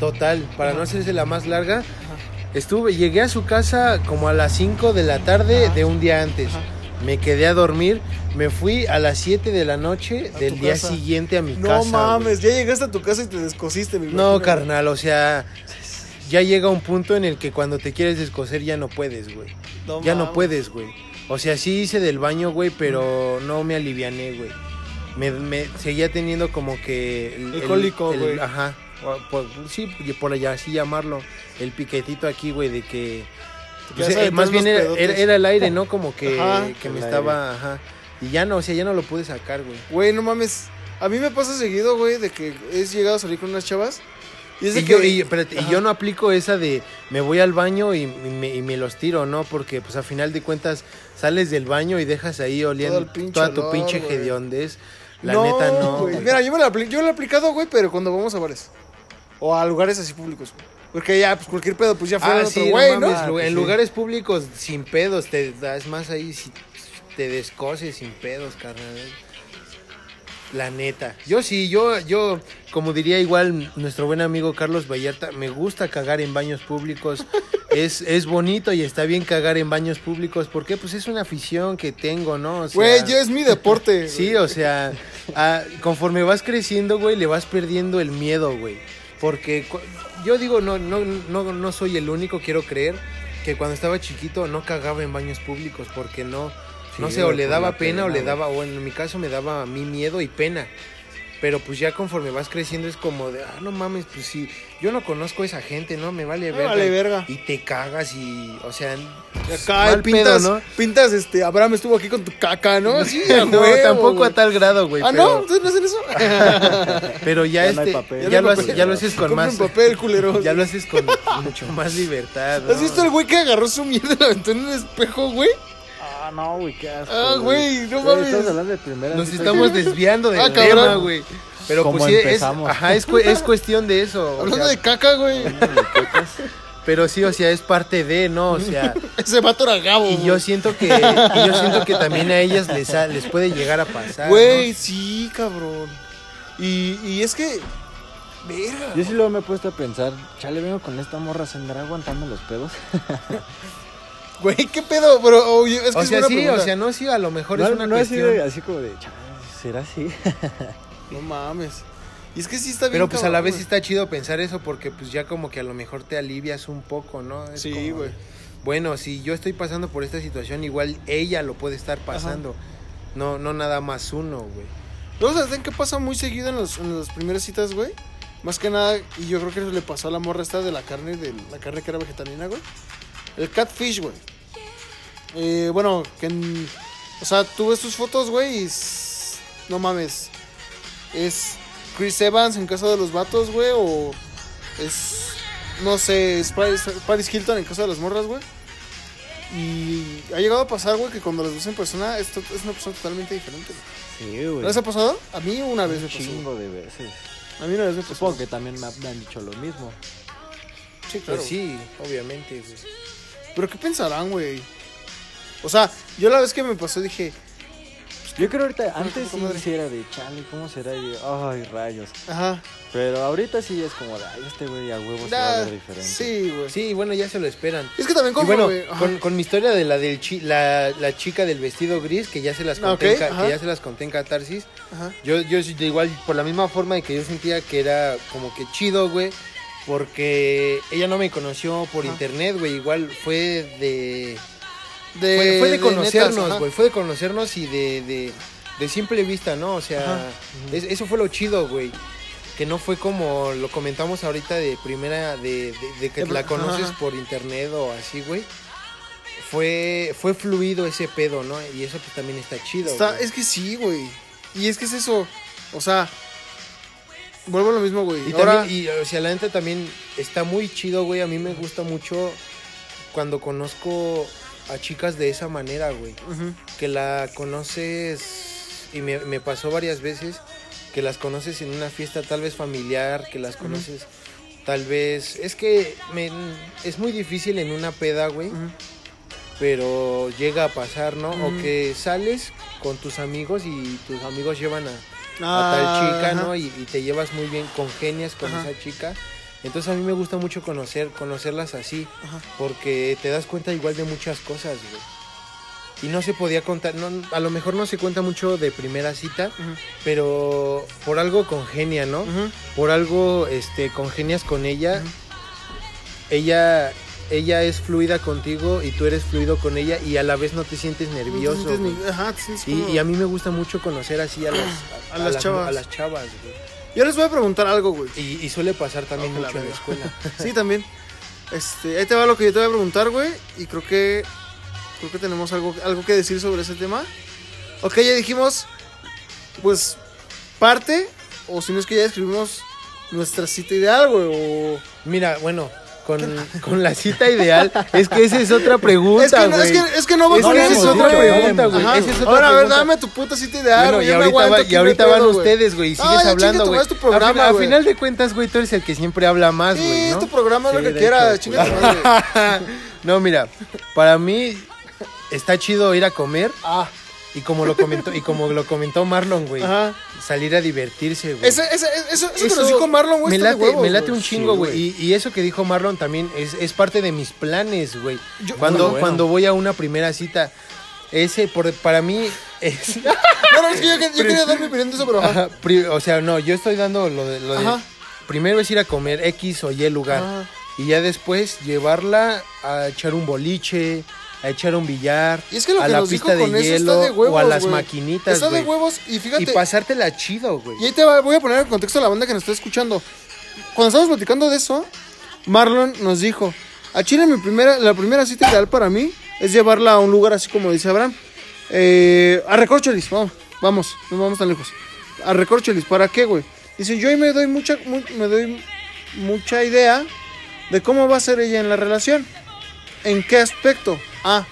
Total, para no hacerse la más larga, estuve, llegué a su casa como a las 5 de la tarde Ajá. de un día antes. Ajá. Me quedé a dormir, me fui a las 7 de la noche A del tu día casa. siguiente a mi No casa. güey. mames, ya llegaste a tu casa y te descosiste, mi No, carnal, o sea, ya llega un punto en el que cuando te quieres descoser ya no puedes, güey ya no puedes, güey. O sea, sí hice del baño, güey, pero no me aliviané, güey. Me, me seguía teniendo como que... El, El cólico, el- güey. Ajá. O- por- sí, por allá, así llamarlo. El piquetito aquí, güey, de que... pues, quedas eh, aventando más bien unos era, pedotes. era- era el aire, ¿no? Como que, Ajá. que me El estaba... Ajá. Y ya no, o sea, ya no lo pude sacar, güey. Güey, no mames. A mí me pasa seguido, güey, de que he llegado a salir con unas chavas. Y es de Y que. yo, y, espérate, y Ajá. yo no aplico esa de me voy al baño y, y me, y me los tiro, ¿no? Porque pues a final de cuentas sales del baño y dejas ahí oliendo el pinche toda tu olor, pinche güey. hediondez. La neta no. güey. güey. Mira, yo me la apli- yo lo he aplicado, güey, pero cuando vamos a bares. O a lugares así públicos, güey. Porque ya, pues cualquier pedo, pues ya fuera ah, el sí, otro no güey, ¿no? mames, Ah, lu- pues en sí. lugares públicos sin pedos, te das más ahí si te descoces sin pedos, carnal. La neta. Yo sí, yo, yo, como diría igual nuestro buen amigo Carlos Vallarta, me gusta cagar en [laughs] baños públicos. es, es bonito y está bien cagar en baños públicos. porque Pues es una afición que tengo, ¿no? O sea, Güey, yo es mi deporte. [laughs] Sí, güey. o sea, a- conforme vas creciendo, güey, le vas perdiendo el miedo, güey. Porque cu- yo digo, no, no, no, no soy el único, quiero creer, que cuando estaba chiquito no cagaba en baños públicos, porque no, Sí, no sé, o güey, le por daba la pena, o pena, le güey. daba, o en mi caso me daba a mí miedo y pena. Pero pues ya conforme vas creciendo es como de, ah, no mames, pues sí, yo no conozco a esa gente, no, me vale Me verga. vale verga. Y te cagas y, o sea, Y pues, acá mal pedo, pintas, pintas, este, Abraham estuvo aquí con tu caca, [laughs] ¿no? Sí, a [laughs] No, huevo, tampoco a güey. tal grado, güey. Ah, pero- no, ustedes no hacen eso. Pero ya, Ya no este, hay papel. [laughs] ya, Ya no lo hay haces, papel. ya lo haces con Compra más, un papel, culero. [laughs] ya lo haces con mucho más libertad. ¿no? ¿Has visto el güey que agarró su mierda y la aventó en un espejo, güey? Ah, no, güey, qué asco. Ah, güey, no Güey, mames. Estamos hablando de primera. Nos cita. estamos desviando del Ah, cabrón. tema, güey. Pero Como pues sí, es, empezamos. ajá, es, cu- es cuestión de eso. o Hablando sea, de caca, [laughs] güey. Pero sí, o sea, es parte de, ¿no? [laughs] O sea, Ese vato era gabo. y güey. yo siento que, y yo siento que también a ellas les, ha- les puede llegar a pasar. Ah, ¿no? Güey, sí, cabrón. Y, y es que. Verga. Yo sí luego me he puesto a pensar, chale, vengo con esta morra, ¿se andará aguantando los pedos? Güey, qué pedo, pero oye, es que O es sea, buena sí, pregunta. o sea, no, sí, a lo mejor no, es una no así, cuestión. de- así como de, chale, ¿será así? No mames. Y es que sí está bien. Pero pues a la cabrón, vez güey. está chido pensar eso porque pues ya como que a lo mejor te alivias un poco, ¿no? Es Sí, como, güey. Bueno, si yo estoy pasando por esta situación, igual ella lo puede estar pasando. No, no nada más uno, güey. No, ¿saben qué pasa muy seguido en, los- en las primeras citas, güey? Más que nada, y yo creo que eso le pasó a la morra esta de la carne, de la carne que era vegetariana, güey. El catfish, güey. Eh, bueno, que en- O sea, tú ves tus fotos, güey, y... s- No mames. Es Chris Evans en Casa de los Vatos, güey, o... Es... No sé, es Paris, Paris Hilton en Casa de las Morras, güey. Y ha llegado a pasar, güey, que cuando las ves en persona es, to- es una persona totalmente diferente, güey. Sí, güey. ¿No les ha pasado? A mí una vez me un pasó. chingo de veces. A mí una vez me pasó. Supongo que también me han dicho lo mismo. Sí, Pues claro. sí, obviamente, güey. Pero ¿qué pensarán, güey? O sea, yo la vez que me pasó dije, Yo creo ahorita, antes sí madre. sí era de chale, ¿cómo será? Y, ay, rayos. ajá, Pero ahorita sí es como de, ay, este güey a huevos se va a nah, ver diferente. sí, güey. Pues, Sí, bueno, ya se lo esperan. Es que también Y como, bueno, güey, ajá. con, con mi historia de la del chi- la, la chica del vestido gris, que ya se las Ah, conté, en ok, Ca- ajá. que ya se las conté en Catarsis, ajá. yo, yo sí, de igual, por la misma forma de que yo sentía que era como que chido, güey, porque ella no me conoció por Ajá. internet, güey, igual fue de... De, fue, fue de netas, conocernos, ajá. güey, fue de conocernos y de, de, de simple vista, ¿no? O sea, Ajá. es- eso fue lo chido, güey. Que no fue como lo comentamos ahorita de primera, de, de- de que De- la conoces ajá. por internet o así, güey. Fue, fue fluido ese pedo, ¿no? Y eso pues también está chido. Está- güey. es que sí, güey. Y es que es eso. O sea, vuelvo a lo mismo, güey. Y Ahora, también, y, o sea, la neta también está muy chido, güey. A mí me gusta mucho cuando conozco a chicas de esa manera, güey. Ujú. que la conoces, y me, me pasó varias veces, que las conoces en una fiesta tal vez familiar, que las conoces tal vez... Es que me- es muy difícil en una peda, güey, Ujú. pero llega a pasar, ¿no? Ujú. O que sales con tus amigos y tus amigos llevan a, a Ah, tal chica, ajá. ¿no? Y, y te llevas muy bien, congenias con Ajá. esa chica. Entonces a mí me gusta mucho conocer, conocerlas así, Ajá. porque te das cuenta igual de muchas cosas, güey. Y no se podía contar, no, a lo mejor no se cuenta mucho de primera cita, Ujú. pero por algo congenia, ¿no? Ujú. Por algo este, congenias con ella, Ujú. ella, ella es fluida contigo y tú eres fluido con ella y a la vez no te sientes nervioso. No te sientes güey. ni- Ajá, te sientes Y, como- y a mí me gusta mucho conocer así a las, A las chavas. A las chavas, güey. Yo les voy a preguntar algo, güey. Y, y suele pasar también Ojo, la mucho en la verga. escuela. Sí, también. Este, ahí te va lo que yo te voy a preguntar, güey. Y creo que. Creo que tenemos algo, algo que decir sobre ese tema. Ok, ya dijimos. Pues. Parte. O si no es que ya escribimos nuestra cita ideal, güey. O. Mira, bueno, [laughs] con, con la cita ideal, es que esa es otra pregunta, Es que, no, es, güey. que, es que no va Es con que esa es hemos otra dicho, pregunta, güey. hemos dicho. Ajá. Esa es otra Ahora, a ver, pregunta. dame tu puta cita ideal, Bueno, güey. y yo me ahorita, aguanto va- y aquí, no hay ahorita pedo, van güey. ustedes, güey, y Ah, sigues ya, chinga hablando, tu güey. madre, es tu programa, a, güey. final de cuentas, güey, tú eres el que siempre habla más, Sí, güey, es ¿no? [laughs] tu programa, Sí, lo que de quieras, hecho, chinga tu madre. güey. No, mira, para mí está chido ir a comer Ah, y como lo comentó, y como lo comentó Marlon, güey, ajá. salir a divertirse, güey. Ese, ese, ese- eso, eso te lo dijo Marlon, güey. Me está de late, huevos, me late güey. un chingo, Sí, güey. y, y eso que dijo Marlon también es, es parte de mis planes, güey. Cuando, Muy bueno. cuando voy a una primera cita, ese por, para mí [laughs] es. No, no, es que yo, yo quería dar mi opinión de eso, pero. Ajá, pri- o sea, no, yo estoy dando lo de. Lo de- Ajá. Ah. primero es ir a comer X o Y lugar. Ajá. Y ya después llevarla a echar un boliche, a echar un billar, Y es que lo a que la nos pista dijo de con eso hielo está de huevos. o a las güey. maquinitas, Está de güey. huevos y fíjate. Y pasártela chido, güey. Y ahí te va- voy a poner en contexto a la banda que nos está escuchando. Cuando estábamos platicando de eso, Marlon nos dijo, a Chile mi primera, la primera cita ideal para mí es llevarla a un lugar así como dice Abraham. Eh, a Recorcholis, vamos, vamos, no vamos tan lejos. A Recorcholis, ¿para qué, güey? Dice, yo ahí me doy mucha, mu- me doy mucha idea de cómo va a ser ella en la relación. ¿En qué aspecto? Ah,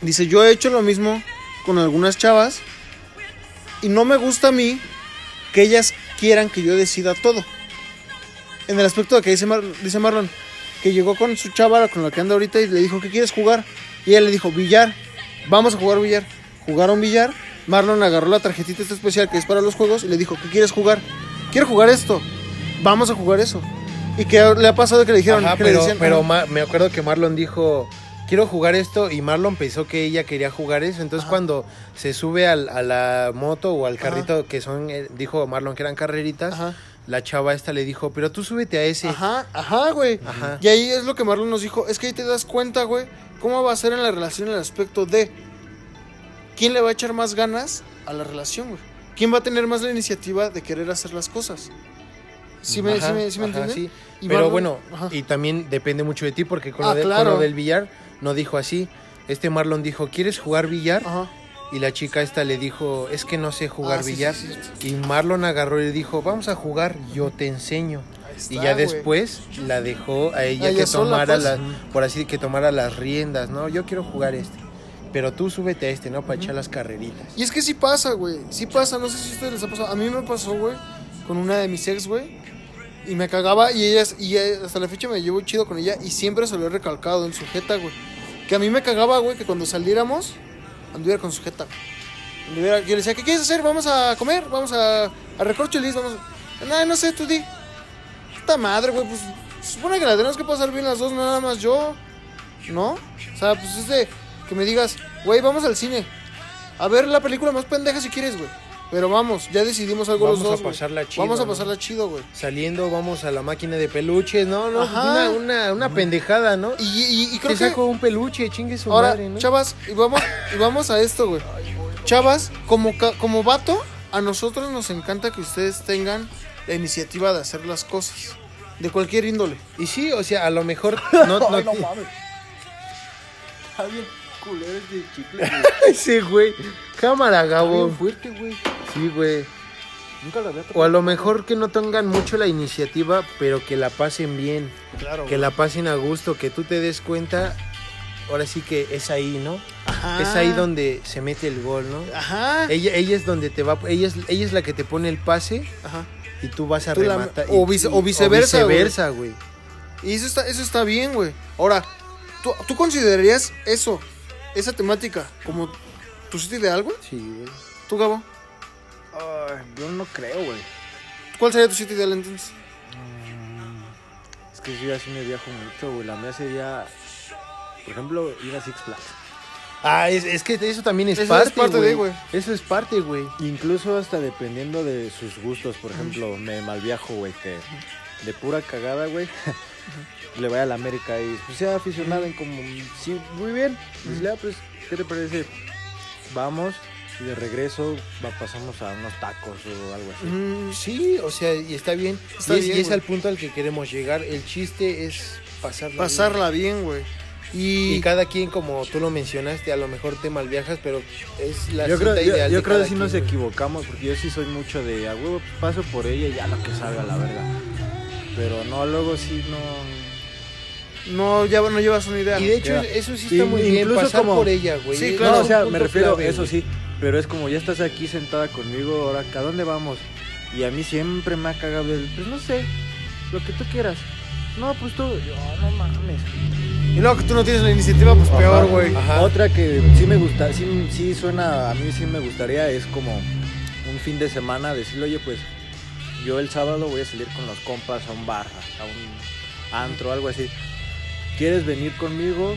dice, yo he hecho lo mismo con algunas chavas y no me gusta a mí que ellas quieran que yo decida todo. En el aspecto de que dice, Mar- dice Marlon, que llegó con su chava, con la que anda ahorita, y le dijo, ¿qué quieres jugar? Y ella le dijo, billar, vamos a jugar billar. Jugaron billar, Marlon agarró la tarjetita esta especial que es para los juegos y le dijo, ¿qué quieres jugar? Quiero jugar esto, vamos a jugar eso. Y que le ha pasado que le dijeron, Ajá, que pero, le decían, "Ah". pero "Ajá". Ma- me acuerdo que Marlon dijo, quiero jugar esto, y Marlon pensó que ella quería jugar eso. Entonces cuando se sube al- a la moto o al carrito, que son, eh, dijo Marlon que eran carreritas, Ajá. la chava esta le dijo, pero tú súbete a ese. "Ah, Ajá, ajá, güey. Ajá. Y ahí es lo que Marlon nos dijo. Es que ahí te das cuenta, güey, cómo va a ser en la relación el aspecto de quién le va a echar más ganas a la relación, güey. ¿Quién va a tener más la iniciativa de querer hacer las cosas? ¿Sí me, Ajá, sí me, sí me ajá, entienden? sí. Y Pero Marlon- bueno, ajá. y también depende mucho de ti, porque con, Ah, lo, de- con claro. lo del billar no dijo así. Este Marlon dijo, ¿quieres jugar billar? Ajá. Y la chica esta le dijo, es que no sé jugar Ah, sí, billar. sí, Y Marlon agarró y le dijo, vamos a jugar, yo te enseño. está, Y ya Ah, güey. después la dejó a ella A ella que sola, tomara pues. la- por así que tomara las riendas, ¿no? Yo quiero jugar este. Pero tú súbete a este, ¿no? Para echar las carreritas. Y es que sí pasa, güey. Sí pasa. No sé si a ustedes les ha pasado. A mí me pasó, güey, con una de mis ex, güey. Y me cagaba. Y ella, y ella- hasta la fecha me llevo chido con ella. Y siempre se lo he recalcado en su jeta, güey. Que a mí me cagaba, güey, que cuando saliéramos anduviera con sujeta. güey. Anduviera- yo le decía, ¿qué quieres hacer? Vamos a comer, vamos a, a recorcholis, vamos. No, no sé, tú di. Puta madre, güey, pues se supone que la tenemos que pasar bien las dos, no nada más yo. ¿No? O sea, pues es de que me digas, güey, vamos al cine. A ver la película más pendeja si quieres, güey. Pero vamos, ya decidimos algo los Vamos a dos. güey. pasarla chido, Vamos a ¿no? pasarla chido, güey. Saliendo, vamos a la máquina de peluches. No, no, Ajá. una, una, una pendejada, ¿no? Y, y- y creo Te que. saco un peluche, chingue su Ahora, madre, ¿no? chavas, y vamos, y vamos a esto, güey. Chavas, como, ca- como vato, a nosotros nos encanta que ustedes tengan la iniciativa de hacer las cosas. De cualquier índole. Y sí, o sea, a lo mejor no, no, Ay, no mames. Está bien culero ese chicle, güey. [laughs] Ese güey. Cámara, Está Oh. Gabo. bien fuerte, güey. Sí, güey. Nunca lo había tocado. O a lo mejor que no tengan mucho la iniciativa, pero que la pasen bien, Claro. que la pasen a gusto, que tú te des cuenta. Ahora sí que es ahí, ¿no? Ajá. Es ahí donde se mete el gol, ¿no? Ajá. Ella, ella es donde te va, ella es, ella es la que te pone el pase Ajá. y tú vas a Tú la- rematar. o y- vice- y- o viceversa, güey. viceversa, güey. Y eso está, eso está bien, güey. Ahora, ¿tú, ¿tú considerarías eso, esa temática, como tu sitio ideal, güey? Sí, güey. ¿Tú, Gabo? Ay, yo no creo, güey. ¿Cuál sería tu sitio ideal entonces? Es que yo así me viajo mucho, güey. La mía sería, por ejemplo, ir a Six Flags. Ah, es, es que eso también es Eso es parte, parte de, güey. güey. Eso es parte, güey. Incluso hasta dependiendo de sus gustos. Por ejemplo, me malviajo, güey, que de pura cagada, güey, le vaya a la América y pues, sea aficionado en como... Sí, muy bien. Pues, ya, pues, ¿qué te parece? Vamos y de regreso va, pasamos a unos tacos o algo así. Sí, o sea, y está bien. Está y es, bien, y es güey. al punto al que queremos llegar. El chiste es pasarla. bien. Pasarla bien, güey. Y, Y cada quien, como tú lo mencionaste, a lo mejor te malviajas, pero es la Yo cita creo, yo, ideal. yo de creo cada que sí nos quien, güey. equivocamos, porque yo sí soy mucho de a huevo, pues, paso por ella y ya lo que salga, la verdad. Pero no, luego sí no. no, ya, no llevas una idea. Y de hecho, Ya. eso sí Y- está muy bien. incluso Pasar como- por ella, güey. Sí, Es- claro, no, es o un sea, me punto refiero, clave, eso güey. sí, pero es como ya estás aquí sentada conmigo, ahora ¿a dónde vamos? Y a mí siempre me ha cagado el, pues no sé, lo que tú quieras. No, pues tú, yo no mames. Y luego que tú no tienes la iniciativa, pues peor, Ajá. güey. Ajá. Otra que sí me gusta, sí, sí suena, a mí sí me gustaría, es como un fin de semana decirle, oye, pues yo el sábado voy a salir con los compas a un bar, a un antro, algo así. ¿Quieres venir conmigo?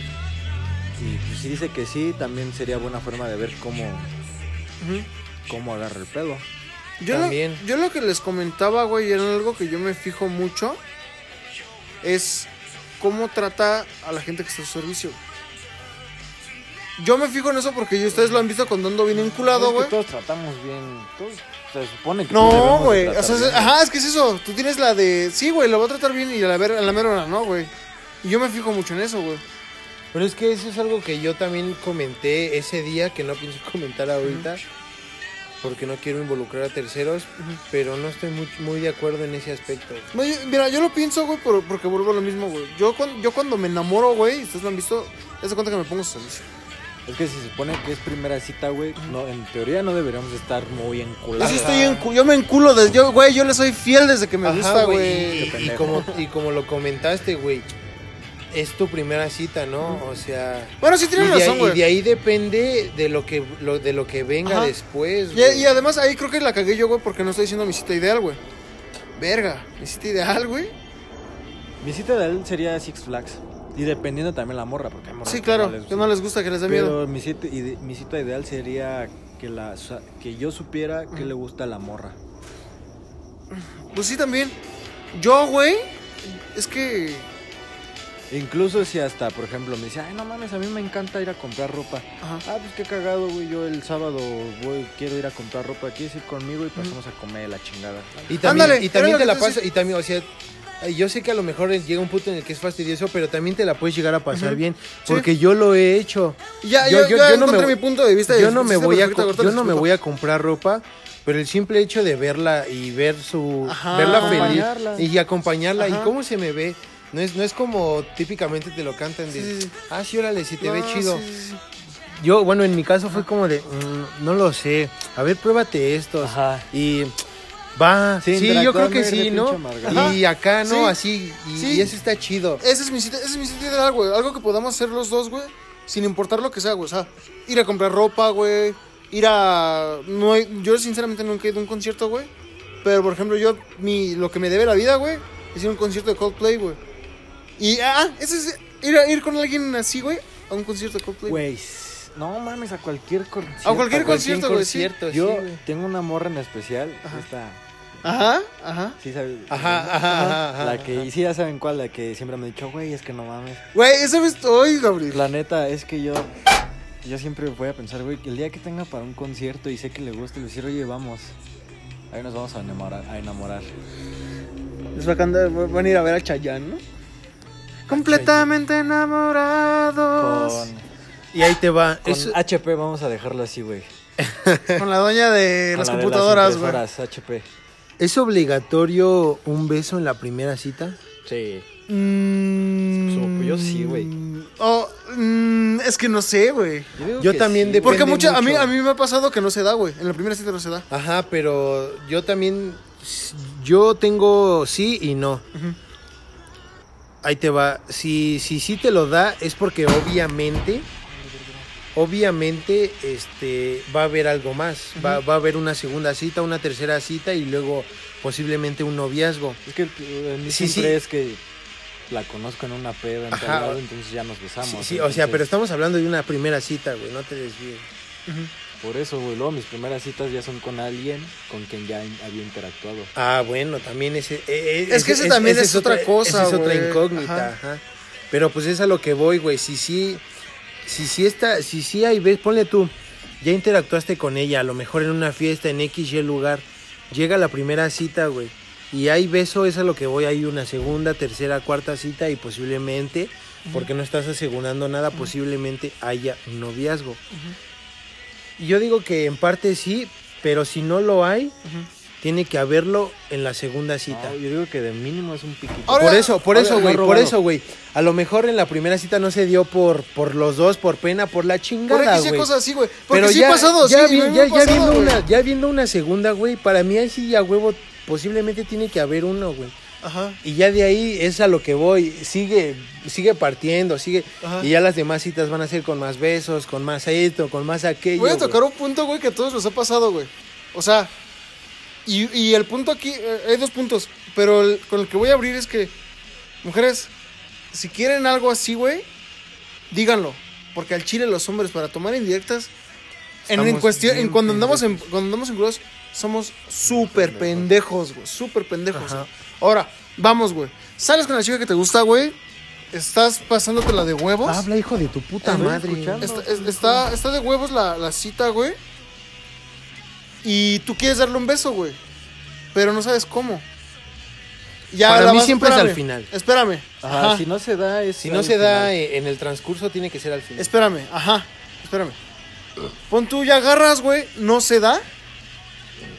Y pues, si dice que sí, también sería buena forma de ver cómo, Ujú. cómo agarra el pedo. Yo, lo, También. yo lo que les comentaba, güey, era algo que yo me fijo mucho. Es cómo trata a la gente que está a su servicio. Yo me fijo en eso porque yo- ustedes lo han visto cuando ando bien enculado, Es que güey. todos tratamos bien, todos se supone que todos No, debemos de güey. tratar O sea, es- bien. ajá, es que es eso. Tú tienes la de, sí, güey, lo voy a tratar bien y a la, ver, a la mera hora no, güey. Y yo me fijo mucho en eso, güey. Pero es que eso es algo que yo también comenté ese día, que no pienso [laughs] comentar ahorita, porque no quiero involucrar a terceros, pero no estoy muy, muy de acuerdo en ese aspecto. No, yo- mira, yo lo pienso, güey, pero- porque vuelvo a lo mismo, güey. Yo, cuando, yo cuando me enamoro, güey, ustedes lo han visto, ya se cuenta que me pongo a su servicio. Es que se supone que es primera cita, güey. No, en teoría no deberíamos estar muy Yo enculados. sí estoy en cu- yo me enculo desde yo, güey, yo le soy fiel desde que me Ajá, gusta, güey, güey. Y, y como, y como lo comentaste, güey, es tu primera cita, ¿no? O sea... Bueno, sí y tienen de razón, ahí- y de güey. ahí depende de lo que lo- de lo que venga Ajá. después. Y, güey. y además ahí creo que la cagué yo, güey, porque no estoy diciendo mi cita ideal, güey. Verga, mi cita ideal, güey. Mi cita de él sería Six Flags. Y dependiendo también la morra, porque hay morras Sí, que claro, les gusta. que no les gusta, que les da miedo. Pero mi cita, ide- mi cita ideal sería que, la, sa- que yo supiera que le gusta a la morra. Pues sí, también. Yo, güey, es que... Incluso si hasta, por ejemplo, me dice, ay, no mames, a mí me encanta ir a comprar ropa. Ajá. Ah, pues qué cagado, güey, yo el sábado voy, quiero ir a comprar ropa, ¿quieres ir conmigo? Y pasamos a comer la chingada. Y también, Ándale, y era lo también te que la te pasa, decía. y también, o sea, ay, yo sé que a lo mejor llega un punto en el que es fastidioso, pero también te la puedes llegar a pasar bien, porque yo lo he hecho. Ya, yo, yo, no encontré mi me- punto de vista. y Este yo es- no me sí, voy a, perfecto, co- ahorita yo les no me explico. voy a comprar ropa, pero el simple hecho de verla y ver su, Ajá. verla feliz Acompañarla. y acompañarla y Ajá. cómo se me ve. No es, no es como típicamente te lo cantan de, Sí, sí, sí. ah, sí, órale, si te ve No, chido. sí, sí, sí. Yo, bueno, en mi caso fue como de, "Mm, no lo sé, a ver, pruébate estos. Ajá. Y va, Sí, sí, yo creo que interactuar, sí, de ¿no? pinche amargado. Y acá, ¿no? Sí. Así, y, Sí. y eso está chido. Ese es mi cita, ese es mi cita ideal, güey. Algo que podamos hacer los dos, güey. Sin importar lo que sea, güey. O sea, ir a comprar ropa, güey. Ir a. No, he- yo sinceramente nunca he ido a un concierto, güey. Pero por ejemplo, yo. Mi, lo que me debe la vida, güey. Es ir a un concierto de Coldplay, güey. Y. Ah, ese es. Ir, a- ir con alguien así, güey. A un concierto de Coldplay. Güey, no mames, a cualquier concierto. A cualquier concierto, güey, sí. concierto, sí, Yo güey. tengo una morra en especial. Esta, Ajá, ajá. sí sabes. Ajá, ajá, ajá, ajá. La que, sí, ya saben cuál, la que siempre me ha dicho, güey, es que no mames. Güey, esa vez. Ay, Gabriel. La neta, es que yo. Yo siempre voy a pensar, güey, que el día que tenga para un concierto y sé que le gusta, le decir, oye, vamos. Ahí nos vamos a enamorar. A enamorar. Les va a cantar- van a ir a ver a Chayanne, ¿no? Completamente enamorados. Con, Y ahí te va. con Eso- HP vamos a dejarlo así, güey. Con, la doña de [laughs] Con las la de computadoras, güey. impresoras, HP. ¿Es obligatorio un beso en la primera cita? Sí. Mm. Sup- yo sí, güey. Oh, mm, es que no sé, güey. Yo también de depende Porque mucha, a, mí, mucho. a mí me ha pasado que no se da, güey. En la primera cita no se da. Ajá, pero yo también, yo tengo sí y no. Ahí te va. Si, si sí te lo da, es porque obviamente, obviamente, este, va a haber algo más. va, va a haber una segunda cita, una tercera cita y luego posiblemente un noviazgo. Es que eh, en mí Sí, siempre sí. es que la conozco en una peda, en tal Ajá. lado, entonces ya nos besamos. Sí, sí, o sea, entonces, pero estamos hablando de una primera cita, güey, no te desvíes. Por eso, güey, luego mis primeras citas ya son con alguien con quien ya in- había interactuado. Ah, bueno, también ese. eh, eh, Es que ese también es otra cosa, esa es otra güey. incógnita. Ajá. ajá. Pero pues es a lo que voy, güey. Si sí. Si sí está. Si sí hay. Ves, ponle tú. Ya interactuaste con ella. A lo mejor en una fiesta, en X, Y lugar. Llega la primera cita, güey. Y hay beso, es a lo que voy. Hay una segunda, tercera, cuarta cita. Y posiblemente. Porque no estás asegurando nada. Posiblemente haya un noviazgo. Y Yo digo que en parte sí. Pero si no lo hay. Tiene que haberlo en la segunda cita. No, yo digo que de mínimo es un piquito. Ahora- por eso, por ahora eso, lo güey, por robaron. eso, güey. A lo mejor en la primera cita no se dio por, por los dos, por pena, por la Por chingada, X y güey. cosas así, güey. Porque Pero sí ya, ha pasado, ya, sí. vi- a mí me ya- ha ya pasado, viendo güey. una, ya viendo una segunda, güey, para mí ahí sí a huevo posiblemente tiene que haber uno, güey. Ajá. Y ya de ahí es a lo que voy. Sigue, sigue partiendo, sigue. Ajá. Y ya las demás citas van a ser con más besos, con más esto, con más aquello. Voy a güey. tocar un punto, güey, que a todos nos ha pasado, güey. O sea, y, y el punto aquí, eh, hay dos puntos, pero el- con el que voy a abrir es que, mujeres, si quieren algo así, güey, díganlo. Porque al chile los hombres para tomar indirectas, en, en Estamos cuestión, en bien cuando andamos en, cuando andamos en crudos, somos súper pendejos, güey, súper pendejos. Ajá. Ahora, vamos, güey. Sales con la chica que te gusta, güey, estás pasándote la de huevos. Habla, hijo de tu puta Estoy madre. escuchando. Está, pues, es- está, está de huevos la, la cita, güey. Y tú quieres darle un beso, güey. Pero no sabes cómo. Ya Para la mí vas- siempre es espérame, al final. Espérame. Ajá, Ajá. si no se da es Si no al se da final. eh, en el transcurso, tiene que ser al final. Espérame. Ajá. Espérame. Pon tú, ya agarras, güey. No se da.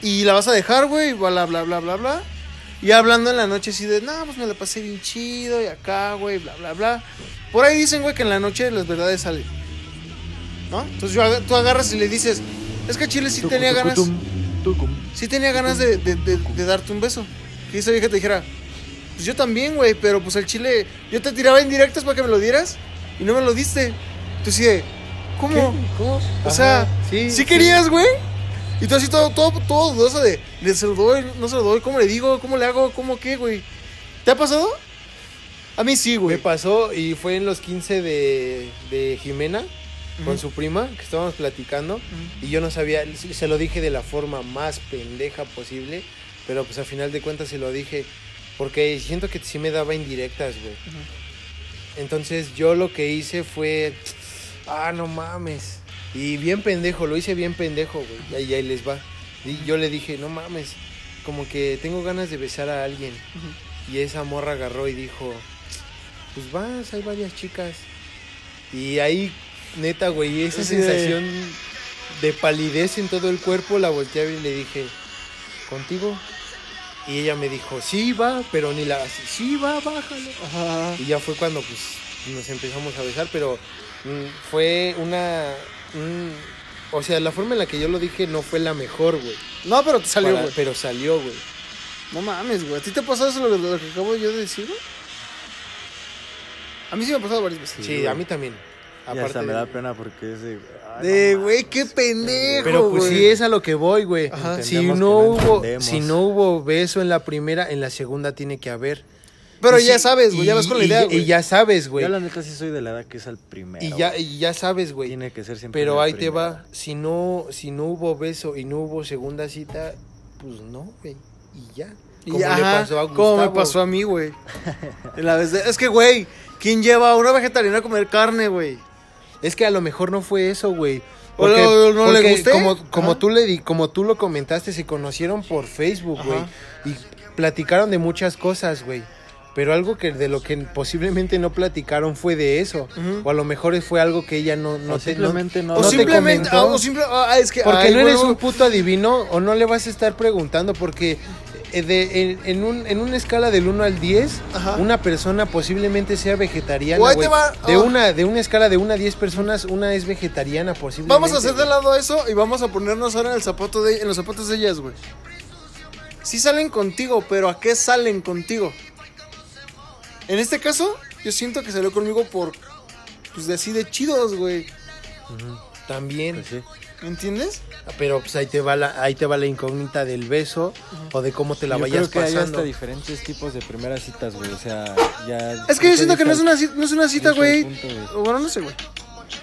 Y la vas a dejar, güey. y Bla, bla, bla, bla, bla. Y hablando en la noche así de, no, pues me la pasé bien chido. Y acá, güey, bla, bla, bla. Por ahí dicen, güey, que en la noche las verdades salen. ¿No? Entonces yo aga- tú agarras y le dices, es que Chile sí Tucum, tenía ganas. tucutum, tucum. sí tenía ganas de, de- de- de darte un beso. Y esa vieja te dijera, pues yo también, güey, pero pues el chile, yo te tiraba indirectas para que me lo dieras y no me lo diste. Tú así de, ¿cómo? ¿Cómo? O sea, Ajá, sí, querías, güey. Y tú así todo, todo, todo dudoso de, ¿le se lo doy? ¿No se lo doy? ¿Cómo le digo? ¿Cómo le hago? ¿Cómo qué, güey? ¿Te ha pasado? A mí sí, Me güey. pasó y fue en los 15 de, de Jimena con su prima que estábamos platicando y yo no sabía, se se lo dije de la forma más pendeja posible, pero pues a final de cuentas se lo dije porque siento que sí me daba indirectas, güey. Entonces yo lo que hice fue, ah, no mames. Y bien pendejo, lo hice bien pendejo, güey. Y ahí, ahí les va. Y yo le dije, no mames, como que tengo ganas de besar a alguien. Y esa morra agarró y dijo, pues vas, hay varias chicas. Y ahí, neta, güey, esa Así de- sensación de palidez en todo el cuerpo, la volteé y le dije, ¿contigo? Y ella me dijo, sí, va, pero ni la... Sí, va, bájalo. Ajá. Y ya fue cuando pues nos empezamos a besar, pero mm, fue una... un- o sea, la forma en la que yo lo dije no fue la mejor, güey. No, pero te salió, Para- güey. Pero salió, güey. No mames, güey. ¿A ti te ha pasado eso lo, lo que acabo yo de decir, güey? A Ah, mí sí me ha pasado varias veces. Sí, a mí también. Y hasta Aparte me de- da pena porque es de... ay, De, güey, qué pendejo, Pero pues güey. sí es a lo que voy, güey. Ajá. Si no, Entendemos que no hubo, entendemos. si no hubo beso en la primera, en la segunda tiene que haber. Pero Y ya pues sí- sabes, güey, ya y- vas con la y- idea, Y, güey. ya sabes, güey. Yo la neta sí soy de la edad que es al primero. Y ya, güey. y ya sabes, güey. Tiene que ser siempre Pero la ahí te primera. va. Si no, si no hubo beso y no hubo segunda cita, pues no, güey. Y ya. Y Como le ajá, pasó a como me Gustavo. pasó a mí, [laughs] güey. La vez de- es que, güey, ¿quién lleva a una vegetariana a comer carne, güey? Es que a lo mejor no fue eso, güey. O no- no le gusté. Como, como Ajá. tú le di, como tú lo comentaste, se conocieron por Facebook, güey. Ajá. Y platicaron de muchas cosas, güey. Pero algo que de lo que posiblemente no platicaron fue de eso. Ujú. O a lo mejor fue algo que ella no, no O te- no- simplemente no- no O te simplemente, ah, comentó. o simple, ah, es que, Porque ay, no eres güey, un puto adivino o no le vas a estar preguntando porque eh, de- en, en un- en una escala del 1 al 10, Ajá. una persona posiblemente sea vegetariana. O ahí te güey. va, de, ah. una, de una escala de 1 a 10 personas, una es vegetariana posiblemente. Vamos a hacer de güey. lado eso y vamos a ponernos ahora en el zapato de en los zapatos de ellas, güey. Sí salen contigo, pero ¿a qué salen contigo? En este caso, yo siento que salió conmigo por pues de así de chidos, güey. También. Pues sí. ¿Me entiendes? Pero pues ahí te va la, ahí te va la incógnita del beso o de cómo te la Yo vayas creo que hay pasando. hasta diferentes tipos de primeras citas, güey. O sea, ya... Es que yo siento que no es ahorita una cita, no es una cita, Dijo el güey. punto, O Bueno, no sé, güey.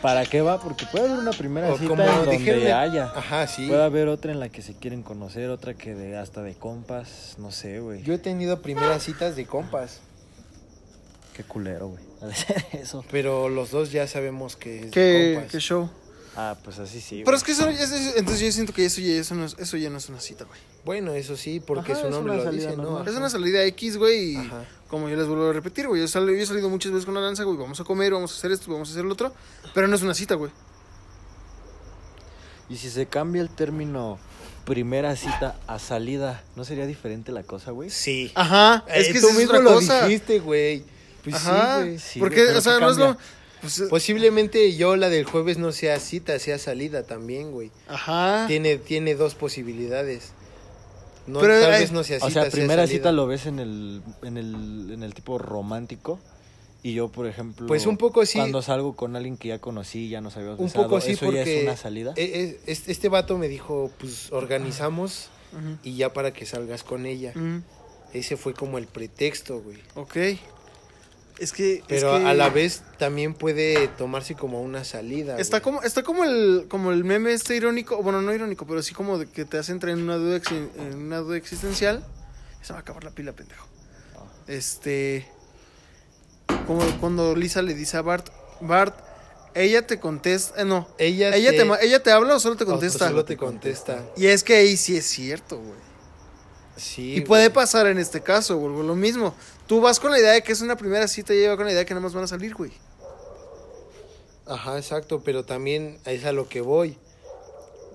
¿Para qué va? Porque puede haber una primera O cita como en donde dijeron- haya. Ajá, sí. Puede haber otra en la que se quieren conocer, otra que de, hasta de compas, no sé, güey. Yo he tenido primeras citas de compas, Qué culero, [laughs] güey. Eso. pero los dos ya sabemos que es de Qué, compas. qué show. Ah, pues así sí. Pero es que eso, es- es- entonces yo siento que eso ya, eso no es, eso ya no es una cita, güey. Bueno, eso sí, porque Ajá, su es nombre una lo salida dice, ¿no? normal. Es una salida X, güey, y Ajá. como yo les vuelvo a repetir, güey, yo, sal- yo he salido muchas veces con la lanza, güey, vamos a comer, vamos a hacer esto, vamos a hacer lo otro, pero no es una cita, güey. Y si se cambia el término primera cita a salida, ¿no sería diferente la cosa, güey? Sí. Ajá, es que Ah, Eh, tú esa es mismo otra lo cosa. dijiste, güey. Pues Ajá, sí, güey. Sí, porque, güey, pero o sea, ¿qué no es lo... cambia? pues, Posiblemente yo la del jueves no sea cita, sea salida también, güey. ajá, Tiene, tiene dos posibilidades. No, Pero, tal eh, vez no sea cita, O sea, primera salida. cita lo ves en el, en el, en el tipo romántico. Y yo, por ejemplo. Pues un poco sí. Cuando salgo con alguien que ya conocí, ya nos habíamos Un besado, poco sí ¿eso porque... ya es una salida? eh, eh, es- este vato me dijo, pues organizamos ujú, y ya para que salgas con ella. ujú, Ese fue como el pretexto, güey. ok. Es que... es Pero que a la vez también puede tomarse como una salida. Está güey. como, está como el, como el meme este irónico, bueno, no irónico, pero sí como de que te hace entrar en una duda, exi- en una duda existencial. Se me va a acabar la pila, pendejo. Ah. Este. Como cuando Lisa le dice a Bart, Bart, ella te contesta, eh, no, Ella, pues ella te, ma- ella te habla o solo te contesta. Solo te contesta. Y es que ahí sí es cierto, güey. Sí. Y puede güey. pasar en este caso, vuelvo lo mismo. Tú vas con la idea de que es una primera cita y ella va con la idea de que nada más van a salir, güey. Ajá, exacto, pero también es a lo que voy.